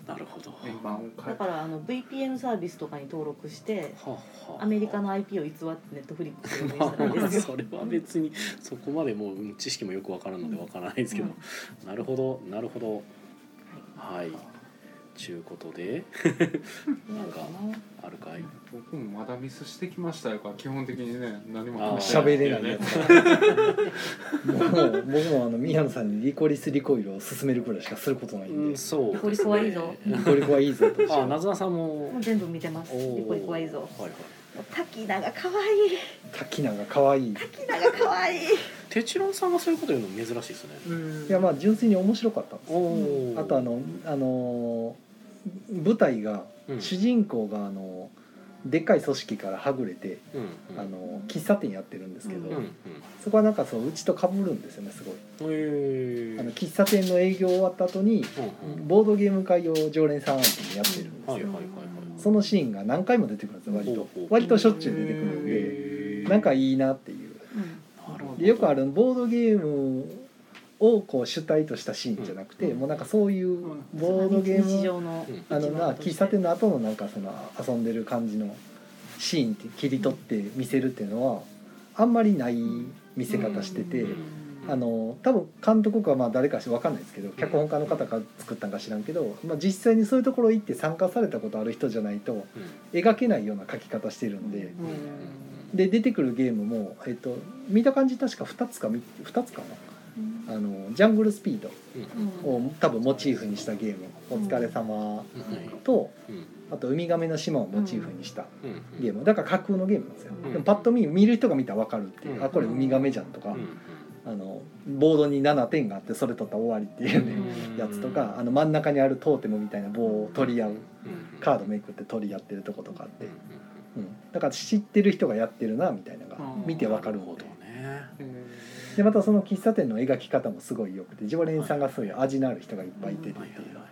C: なるほど。は
E: 円盤を変
D: だ
E: え
D: からあの VPN サービスとかに登録して
C: あはあ
D: アメリカの IP を偽ってネットフリックスで
C: ま
D: したらいい
C: あ、
D: ですよ
C: それは別にそこまでもううん知識もよくわからんのでわからないですけど、なるほどなるほどはいちゅうことでなんかあるかい
E: 僕もまだミスしてきましたよから基本的にね何も
C: あー
B: 喋れないやつ だもう僕もあの宮野さんにリコリスリコイルを勧めるくらいしかすることないん
C: うん
B: で、
C: そう
D: リコリコはいいぞ
B: リコリコはいいぞとしよう
C: あなずなさんも
D: もう全部見てます
C: おー
D: リコリコはいいぞ
C: はいはい
I: 滝名が可愛い
B: 滝名が可愛いい
I: 滝名が可愛い
C: てちろんさんがそういうこと言うの珍しいですね
B: いやまあ純粋に面白かったんです
C: おお
B: あとあのあのー舞台が、
C: うん
B: 主人公があのでっかい組織からはぐれて、
C: うんうん
B: あの喫茶店やってるんですけど、
C: うんうん
B: そこはなんかそううちと被るんですよねすごい、
C: へえ
B: あの喫茶店の営業終わった後に
C: うんうん
B: ボードゲーム会を常連さん相手にやってるんですよ、
C: はいはいはいはい
B: そのシーンが何回も出てくるんですよ割
C: ほう
B: と
C: ほう
B: 割としょっちゅう出てくるんで
C: へー
B: なんかいいなっていう
C: なるほど
B: でよくあるボードゲームをこう主体としたシーンじゃなくて、もうなんかそういうボードゲー
D: 日
B: ム
D: 常の
C: うん
B: あのまあ喫茶店の後のなんかその遊んでる感じのシーンって切り取って見せるっていうのはあんまりない見せ方してて、あの多分監督かまあ誰かしわかんないですけど脚本家の方が作ったんか知らんけど、まあ、実際にそういうところ行って参加されたことある人じゃないと
C: うん
B: 描けないような描き方してるんで。
C: うんうん
B: で出てくるゲームも、えっと、見た感じ確か2つかみ二つかなあのジャングルスピード
C: うん
B: を多分モチーフにしたゲーム「お疲れ様
C: うんはい
B: と
C: うん
B: あと「ウミガメの島」をモチーフにした
C: うんうん
B: ゲームだから架空のゲームなんですよ、
C: うん
B: でもパッと見見る人が見たら分かるっていう、
C: うん
B: あこれウミガメじゃんとか、
C: うんうん
B: あのボードに7点があってそれ取ったら終わりっていうね、
C: うん
B: やつとかあの真ん中にあるトーテムみたいな棒を取り合う
C: うん
B: カードめくって取り合ってるとことかあって、
C: う
B: うん
C: うん
B: ん、だから知ってる人がやってるなみたいなのが
E: うん
B: 見て分かる
C: な
B: の
C: ほ
B: で
C: どね
B: でまたその喫茶店の描き方もすごい良くて常連さんがそういう味のある人がいっぱいいてて
C: はいはいはい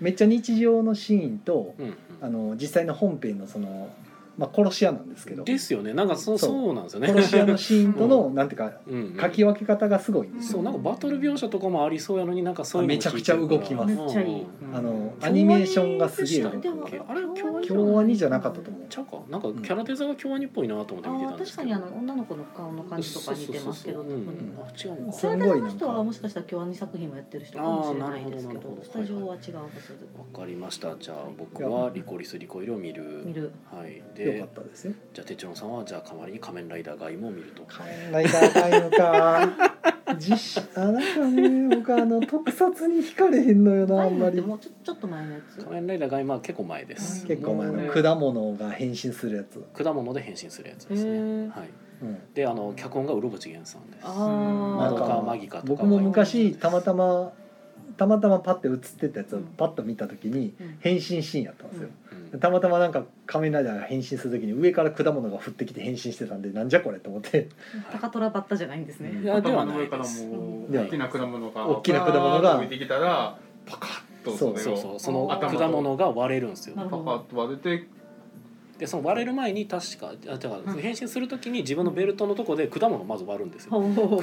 B: めっちゃ日常のシーンと、
C: うんうん
B: あの実際の本編のその、まあ、殺し屋なんですけど
C: ですよねなんかそ
B: そう
C: そうなんですよね
B: 殺し屋のシーンとの、なんていうか
C: うんうん
B: 書き分け方がすごいんですよ
C: そうなんかバトル描写とかもありそうやのになんかそういうの
B: めちゃくちゃ動きます
C: も聞いてるから
B: あの
C: うん
B: アニメーションがすげえ
C: 共
B: 動
C: 和にで
B: く
C: したっけあれ共
B: 京アニじゃなかったと思う
C: ちゃうかなんかキャラデザが京アニっぽいなと思って見て
D: あ
C: た
D: あ
C: んです
D: 確
C: け
D: か
C: ど
D: にあの女の子の顔の感じとか似てますけど
C: そうそうそうそううんあ違うのか
D: それ
B: すごい
D: で
B: な
D: の
B: んか
D: 人はもしかしたら今日2作品もやってる人かもしれないです
C: あーなるほどな
D: け
C: る
D: ど
C: ほど
D: スタジオは違うはずで
C: わかりましたじゃあ僕はリコリスリコイルを見る
D: 見る
C: はい
B: よ
C: で
B: かったですよ
C: じゃあ哲郎さんはじゃあ代わりに仮面ライダーガイムを見ると
B: ライダータイムか実あなんかね僕あの特撮に惹かれへんのよなあんまり
D: もうちょちょっと前のやつ
C: 仮面ライダーガイムは結構前です
B: 結構前
C: もう
B: の
C: ね
B: 果物が変身するやつ、
C: 果物で変身するやつ
D: へ
C: ですね
D: ー
C: はい
B: うん、
C: であの脚本がウロボチゲンさんです
D: あ
C: なんど
D: ー
C: かマギカとか
B: 僕も昔たまたまたまたまパッて映ってたやつをパッと見た時に
D: うん
B: 変身シーンやったんですよ、
C: うん
B: たまたまなんか仮面ライダーが変身する時に上から果物が降ってきて変身してたんでなんじゃこれと思って
D: 高虎バッタじゃないんです
C: い
D: ね
C: やでは
E: 頭
C: な
E: の
C: い
E: 上から
C: で
E: も
C: す
E: う大きな果物が
B: 大きな果物が
E: 浮いてきたらパカッと
B: そう
C: そう
E: を
C: そうその
E: 頭と
C: 果物が割れるんですよ
D: な
E: パ
D: る
E: カ
D: ほど
E: ッと割れて
C: でその割れる前に確かあだから変身するときに自分のベルトのとこで果物をまず割るんですよ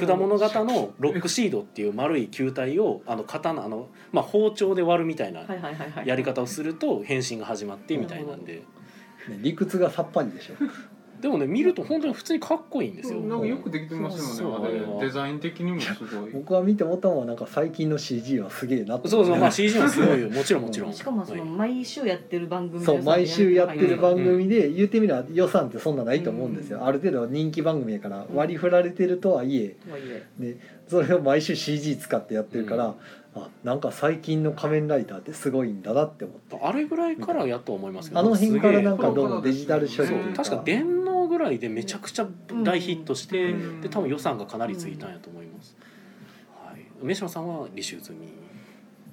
C: 果
D: 果
C: 物型のロックシードっていう丸い球体をあの刀あの、まあ、包丁で割るみたいな
D: はいはいはいはい
C: やり方をすると変身が始まってみたいなんで
B: ね理屈がさっぱりでしょ
C: でもね見ると本当に普通にかっこいいんですよ。
E: なんかよくできてます
C: そう
E: よ
C: そう
E: ねあ
C: あれは
E: れデザイン的にもすごい
B: 僕は見て思ったのはなんか最近の CG はすげえなと
C: そう
B: 思
C: そう
B: って
C: まあ CG もすごいよもちろんもちろん。
D: しかもその
C: はい
D: 毎週やってる番組の
B: そう
D: 予算で
B: 毎週やってる番
C: うんう
B: 組で言ってみれば予算ってそんなないと思うんです
D: うん
B: よある程度人気番組やから割り振られてるとはいえ
D: とはいえ
B: それを毎週 CG 使ってやってるから、あなんか最近の仮面ライダーってすごいんだなって思って
C: あれぐらいからやと思いますけど
B: あの辺からなん
C: か
B: かどうもデジタル
C: そ
B: 処
C: う
B: 理というか
C: 確か電脳ぐらいでめちゃくちゃ大ヒットして、
E: うん
C: で多分予算がかなりついたんやと思います、はい、梅島さんは履修済み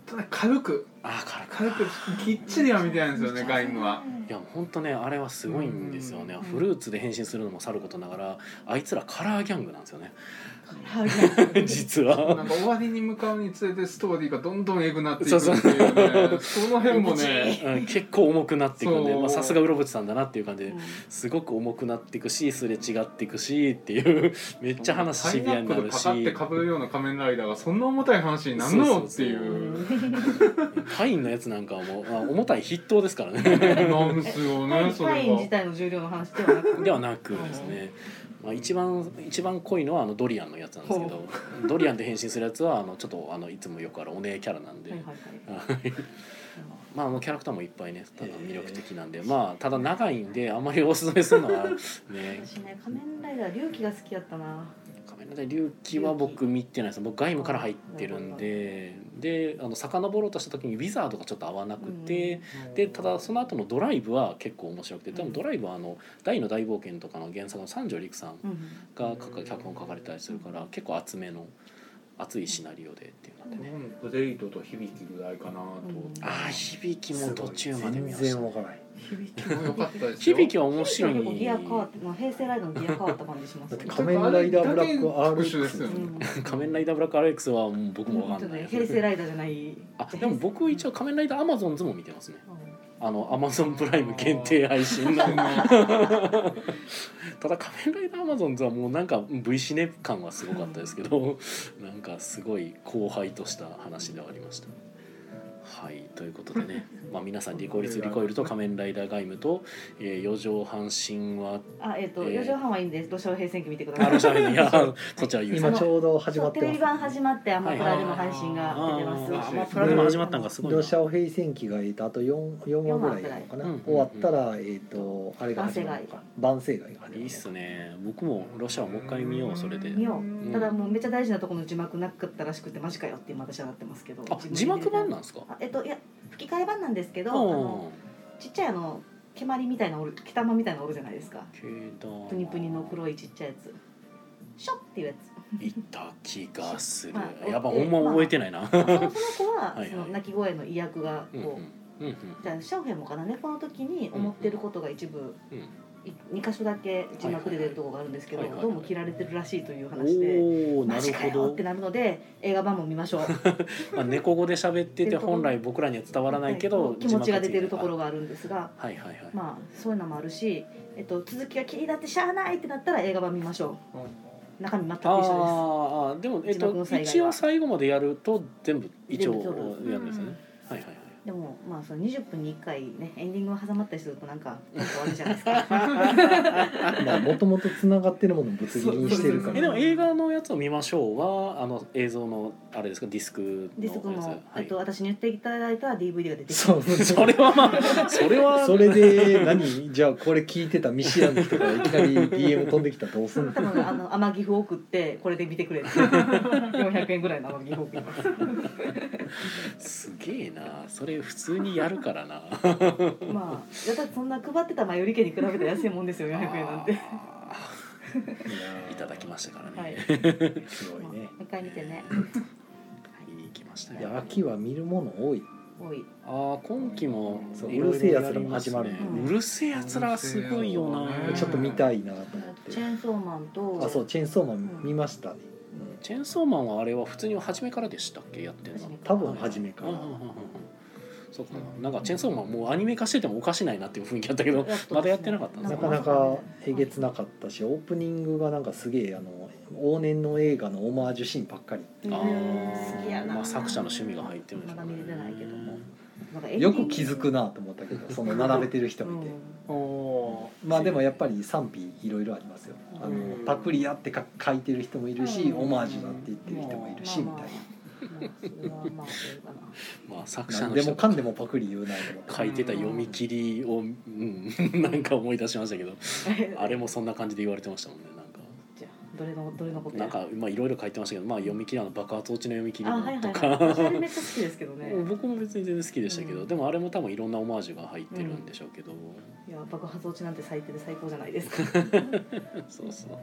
E: ただ軽く
C: ああ軽く
E: 軽くきっちりは見てないんですよね外務はい
C: や本当ねあれはすごいんですよね、
E: うん
C: フルーツで変身するのもさることながらあいつらカラーギャングなんですよね 実
E: な
C: は
E: んか終わりに向かうにつれてストーリーがどんどんエグなっていくっていうねその辺も ね
C: うん結構重くなっていくんで
E: そう
C: まあさすがウロブチさんだなっていう感じで、すごく重くなっていくしすれ違っていくしっていう めっちゃ話シビアになるし
E: パイナップルパカって被るような仮面ライダーがそんな重たい話になんのっていう
C: パインのやつなんかはもう、まあ、重たい筆頭ですから ね
E: なんすよねそ
D: 単
E: れ
D: 位自
E: が
D: 体の重量の話ではなく
C: ではなくですね、まあ、一番一番濃いのはあのドリアンのやつなんですけどドリアンで変身するやつはあのちょっとあのいつもよくあるお姉キャラなんで
D: はいはいはい
C: はいまあもうキャラクターもいっぱいねただ魅力的なんでまあただ長いんであんまりおすすめするのはね
D: 私ね仮面ライダー龍騎が好きやったな
C: 仮面ライダー龍騎は僕見てないです僕外務から入ってるんでであの遡ろうとした時にウィザードがちょっと合わなくて、でただその後のドライブは結構面白くてでもドライブはあの大の大冒険とかの原作の三条陸さん
D: うん
C: が書か脚本書かれたりするから結構厚めの熱いシナリオでっていうのでね、
E: ブレイドと響きぐらいかなと
C: ああ響きも途中まで見
B: 全
C: ました
B: 然
C: ね
B: わからない
E: 響きも良かったですよ
C: 響きは面白い
D: 結構ギア変わって、まあ、平成ライダーのギア変わった感じします
B: だっ
D: ね
B: て仮面ライダーブラック
E: ちょっとあれだけ特殊ですよ
B: RX
E: ね
D: うん
C: 仮面ライダーブラック RX はもう僕もわ
D: ち
C: か
D: ょ
C: ん
D: っと
C: ない
D: ね
C: です
D: 平成ライダーじゃない
C: あでも僕一応仮面ライダーアマゾンズも見てますねあのアマゾンプライム限定配信のただ仮面ライダーアマゾンズはもうなんか V シネ感はすごかったですけどなんかすごい後輩とした話ではありましたはいということでね、まあ、皆さん「リコリス・リコイル」と「仮面ライダーガイム」と「えー四畳半神話
D: あえっ、と
C: えー
D: 四畳半はいいんですロシア平成期見てく」だ
C: あ
D: さ
C: ロ
D: い
C: シア編いやそっちは言う
B: 今ちょうど始ま
D: そう
B: っ
D: テ
B: て
D: レビ
B: ま
D: 版始まってアマプラでも配信が出てます
C: あーあー
E: ま
C: アマプラでも始まったんかす
B: す
C: ごいな
B: ロシアオ平戦記がえっとあと 4, 4話ぐらいなのかな、
C: うん
B: 終わったら、えっとあれが始まるのか万世街が始まる
C: いいっ
B: の
C: す
B: か
C: ね僕もロシアをもう一回見ようそれで
D: 見よ
C: ん
D: うただもうめっちゃ大事なところの字幕なかったらしくてマジかよって今私はなってますけど
C: あ字幕版なんですか
D: あえっ、といや吹き替え版なんですけどあ
C: うん
D: のちっちゃいあの毛まりみたいなおる毛玉みたいなのおるじゃないですかプニプニの黒いちっちゃいやつショッっていうや つ
C: いた気がする
D: まあ
C: やっぱほ
D: 追って
C: んま覚えてないな
D: そのその子は
C: はいはい
D: その鳴き声の威役が
C: うんうん
D: こ
C: うん
D: うじゃあシャオヘンもかなねこの時に思ってることが一部
C: うん
D: 2箇所だけ字幕で出るとこがあるんですけど、
C: はいはいはい
D: どうも切られてるらしいという話で、
C: おおな
D: マジ
C: る
D: か
C: ほ
D: よっ
C: ど
D: て、なるので映画版も見ましょう
C: まあ、猫語で喋ってて本来僕らには伝わらないけど
D: 気持ちが出てる
C: 字
D: と
C: 幕
D: ころがあるんですが、
C: はいはいはい
D: まあそういうのもあるし、えっと、続きが気になってしゃあないってなったら映画版見ましょう中身全く一
C: あー
D: 緒
C: あーでも、えっ
D: 字幕
C: と
D: の、災害
C: 一
D: は
C: 応最後までやると全部一応
D: 全部撮る
C: やるんですよね、はいはいはい
D: ですでもまあその20分に1回ねエンディングが挟まったりするとなんかなんか悪いじゃないです か
B: まあもともとつながってるものをぶつ切りにしてるか
C: えでも
B: ら
C: 映画のやつを見ましょうはあの映像のあれですかディスクの
D: ディスク
C: やつ
D: も、
C: は
D: え
C: い
D: っと私に言っていただいた DVD が出てきて
B: そう
C: それはまあそれは
B: それで何じゃあこれ聞いてた見知らぬ人からいきなり DM 飛んできたらどうすんの
D: 多分あの天城譜送ってこれで見 てくれって400円ぐらいの天城譜送ります
C: すげえなそれ普通にやるから な
D: まあだってそんな配ってた前より家に比べたら安いもんですよ400円なんて
C: いただきましたからね、
D: はい
B: すごいね
D: 一回見てね
C: 見に行きました
B: い
C: よ
B: や秋は見るもの多い
D: 多い
C: あー今期も
B: そう
C: いろいろ
B: うるせえやつらも始まる
C: やりますねうるせえやつらすごいよな
B: ちょっと見たいなと思っ
D: チ
B: て
D: ェーンソーマンと
B: あそうチェーンソーマン見ましたね
C: チェーンソーマンはあれは普通に初めからでしたっけやってるの
B: 多分初めから
C: うんうんうんうんそうかななんかチェーンソーマンもうアニメ化しててもおかしないなっていう雰囲気あったけどまだやってなかったんです
B: な
C: ね
B: かなかえげつなかったしオープニングがなんかすげえあの往年の映画のオマージュシーンばっかり
C: あー
D: 好きやな
C: まあ、作者の趣味が入ってるんでしょう
D: まだ見れてないけどもなんかエンディ
B: よ
D: ング
B: く気づくなと思ったけどその並べてる人
D: う
B: 見て、
D: ん
C: お
B: まあでもやっぱり賛否いろいろありますよあのパクリやってか書いてる人もいるし
D: うん
B: オマージュだって言ってる人もいるしみ
D: まあ
B: たい
D: まあまあそれはまあそう
C: まあ作
D: かな
B: な
C: 者の
B: 何でも
C: 人
B: かんでもパクリ言うなと思って
C: 書いてた読み切りを、うん、なんか思い出しましたけどあれもそんな感じで言われてましたもんねなんか。
D: じゃあどれのどれのこと
C: なんかまあいろいろ書いてましたけど、まあ、読み切りあの爆発落ちの読み切り
D: あはいはい
C: とか、
D: はい私あれめっちゃ好きですけどね
C: 僕も別に全然好きでしたけど、
D: うん
C: でもあれも多分いろんなオマージュが入ってるんでしょうけど、
D: いや爆発落ちなんて最低で最高じゃないですか
C: そうそう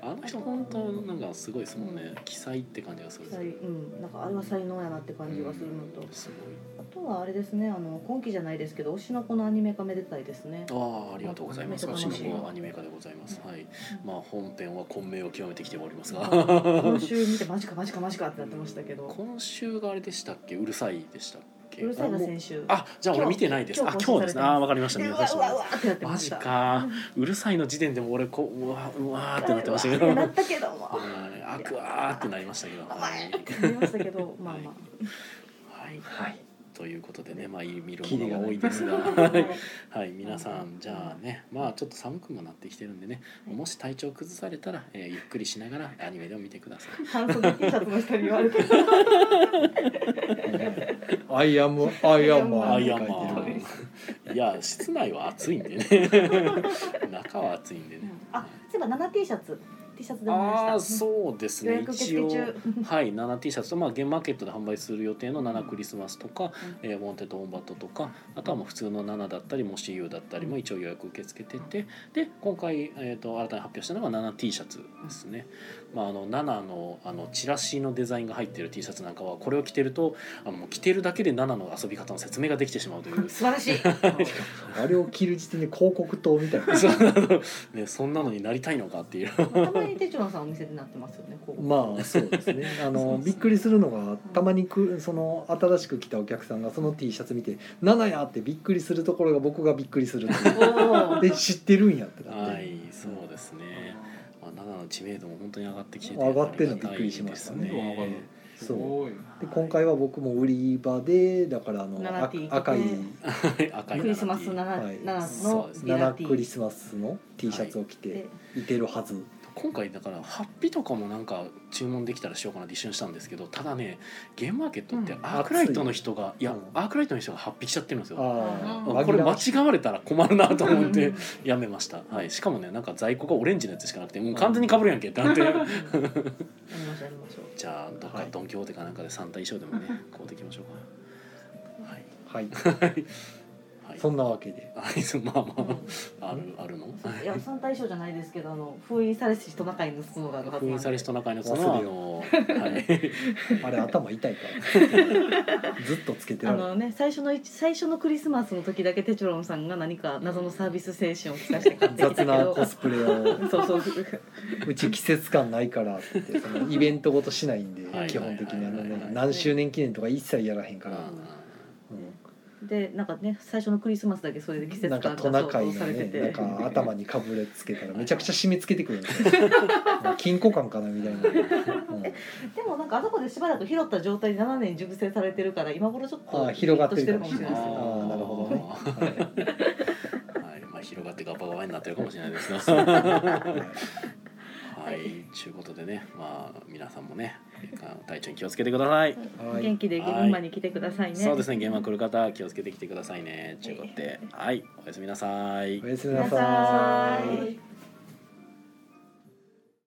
C: あの人本当なんかすごいですもんね奇才って感じがするんです
D: 才
C: よ
D: うんなんかあれは才能やなって感じがするのと、
C: うんす
D: あとはあれですねあの今期じゃないですけど推しの子のアニメ化めでたいですね
C: ごいああありがとうございます
D: めっ
C: 私
D: ちゃ
C: の
D: 楽しい
C: 子アニメ化でございますはいまあ本編は混迷を極めてきておりますが
D: 今週見てマジかマジかマジかってなってましたけど
C: 今週があれでしたっけうるさいでしたっけ
D: うるさいが先週
C: あじゃあ俺見てないです
D: 今
C: あ
D: 日
C: 今日ですね
D: 今日更新されてます
C: ああわかりました
D: で
C: 見
D: うわ
C: させて
D: う
C: もらい
D: わ
C: ます
D: うわってなって
C: マ
D: まし
C: ジ
D: た
C: かうるさいの時点でも俺こううわうわーってなってましたけど
D: なったけども
C: はいあくわーってなりましたけど
D: お
C: は
D: 前
C: い
D: っ、てなりましたけどまあまあ
C: はいということでねまあいい見るものが多いですがはい、はい、皆さんじゃあねまあちょっと寒くもなってきてるんでねもし体調崩されたら、えーゆっくりしながらアニメでも見てください
D: 半袖 T シャツの下に言われてる
B: 「アイアムアイアム
C: ア
B: アイ
C: イ
B: ア
C: ア
B: ン
C: ン
B: マン」
C: マ
B: って書いてる
C: ンいや室内は暑いん でね中は暑いんでね、
D: あそういえば 7T シャツ T シャツでもらい
C: ああ
D: ま
C: ー
D: した
C: そうです
D: 予
C: ね
D: 約受
C: 一
D: 付
C: 応
D: 中
C: はい、7T シャツと、まあ、ゲームマーケットで販売する予定の7クリスマスとか、えー、ウォンテッド・オンバットとかあとはもう普通の7だったりもし U だったりも一応予約受け付けててで今回、えー、と新たに発表したのが 7T シャツですね、まあ、あの7のあのチラシのデザインが入ってる T シャツなんかはこれを着てるとあのもう着てるだけで7の遊び方の説明ができてしまうという
D: 素晴らしい
B: あれを着る時点で広告塔みたいな
C: そうあのね、そんなのになりたいのかっていう
D: たまに手帳さんお店でなってますよねこう
B: まあそうですねあのびっくりするのがたまにくその新しく来たお客さんがその T シャツ見て「7や!」ってびっくりするところが僕がびっくりするって いう
D: おー
B: で知ってるんやってなって、
C: はい、そうですね。まあ、長野の知名度も本当に上がってきてて。
B: 上がってるのびっくりしましたね
C: ありがたいです
B: そう
E: ごい
B: で今回は僕も売り場でだからあの
D: 7
B: あ
D: T
B: 赤い
C: はい赤い
D: クリスマス
C: な。
B: はい
D: 7
C: そう
D: の
C: です
D: リラテ
B: 7
D: ィ
B: クリスマスの T シャツを着
D: で
B: ていてるはず、
C: 今回だから、ハッピーとかもなんか注文できたらしようかなって一瞬したんですけど、ただね。ゲームマーケットって
E: う、ん
C: アークライトの人が、いや
B: うん、
C: アークライトの人がハッピーしちゃってるんですよ。
B: あ
C: あ
B: あ
C: これ間
B: し
C: 違われたら困るなと思っ
D: う
C: て
D: ん
C: やめました、はい、しかもねなんか在庫がオレンジのやつしかなくてもう完全にかぶるやんけってなって
D: やりましょうやりましょう
C: じゃあどっかドン・キホーテ かなんかでサンタ衣装でもね買うてきましょうかはい
B: はい、
C: はい、
B: そんなわけで
J: あい つまあまああるあるの
D: いや三対象じゃないですけどあの封印されし人の中に盗むのがあるはず
J: 封
D: なん
J: 印
D: で
J: されし人の中にそのあのはい
B: あれ頭痛いから ずっとつけて
D: あ
B: られる
D: のね最初の一最初のクリスマスの時だけテチョロンさんが何か謎のサービス精神を期待して買ってきたけ
B: 雑な
D: ど
B: コスプレを
D: そうそうそう
B: うち季節感ないからって言ってそのイベントごとしないんで
J: はい
B: 基本的にあの
J: はいはいは
B: ね
J: い
B: 何周年記念とか一切やらへんから、
D: でなんかね最初のクリスマスだけそれで季
B: うん、
D: 節
B: なんか
D: 感
B: ト
D: が
B: ナ
D: 想
B: カイ
D: 像
B: が
D: されて
B: ね
D: て、
B: なんか頭にかぶれつけたらめちゃくちゃ締め付けてくるんですよ金庫感かなみたいな、うん
D: でもなんかあそこでしばらく拾った状態で7年熟成されてるから今頃ちょっ
B: あ
D: と
B: あ広がってる
D: ヒッ
B: か
D: ト
B: も
D: し
B: してれ
D: る
B: な
D: か
B: いですね
D: もしれない
B: ああなるほどね
J: はいまあ広がってガバガバになってるかもしれないで すがはいちゅうことでねまあ皆さんもね体調に気をつけてください
B: はい
D: 元気で現場に来てくださいね、
J: そうですね現場来る方気をつけてきてくださいねちゅうことではいおやすみなさい
B: おやすみ
D: く
B: なさ
D: ださ
B: い
D: い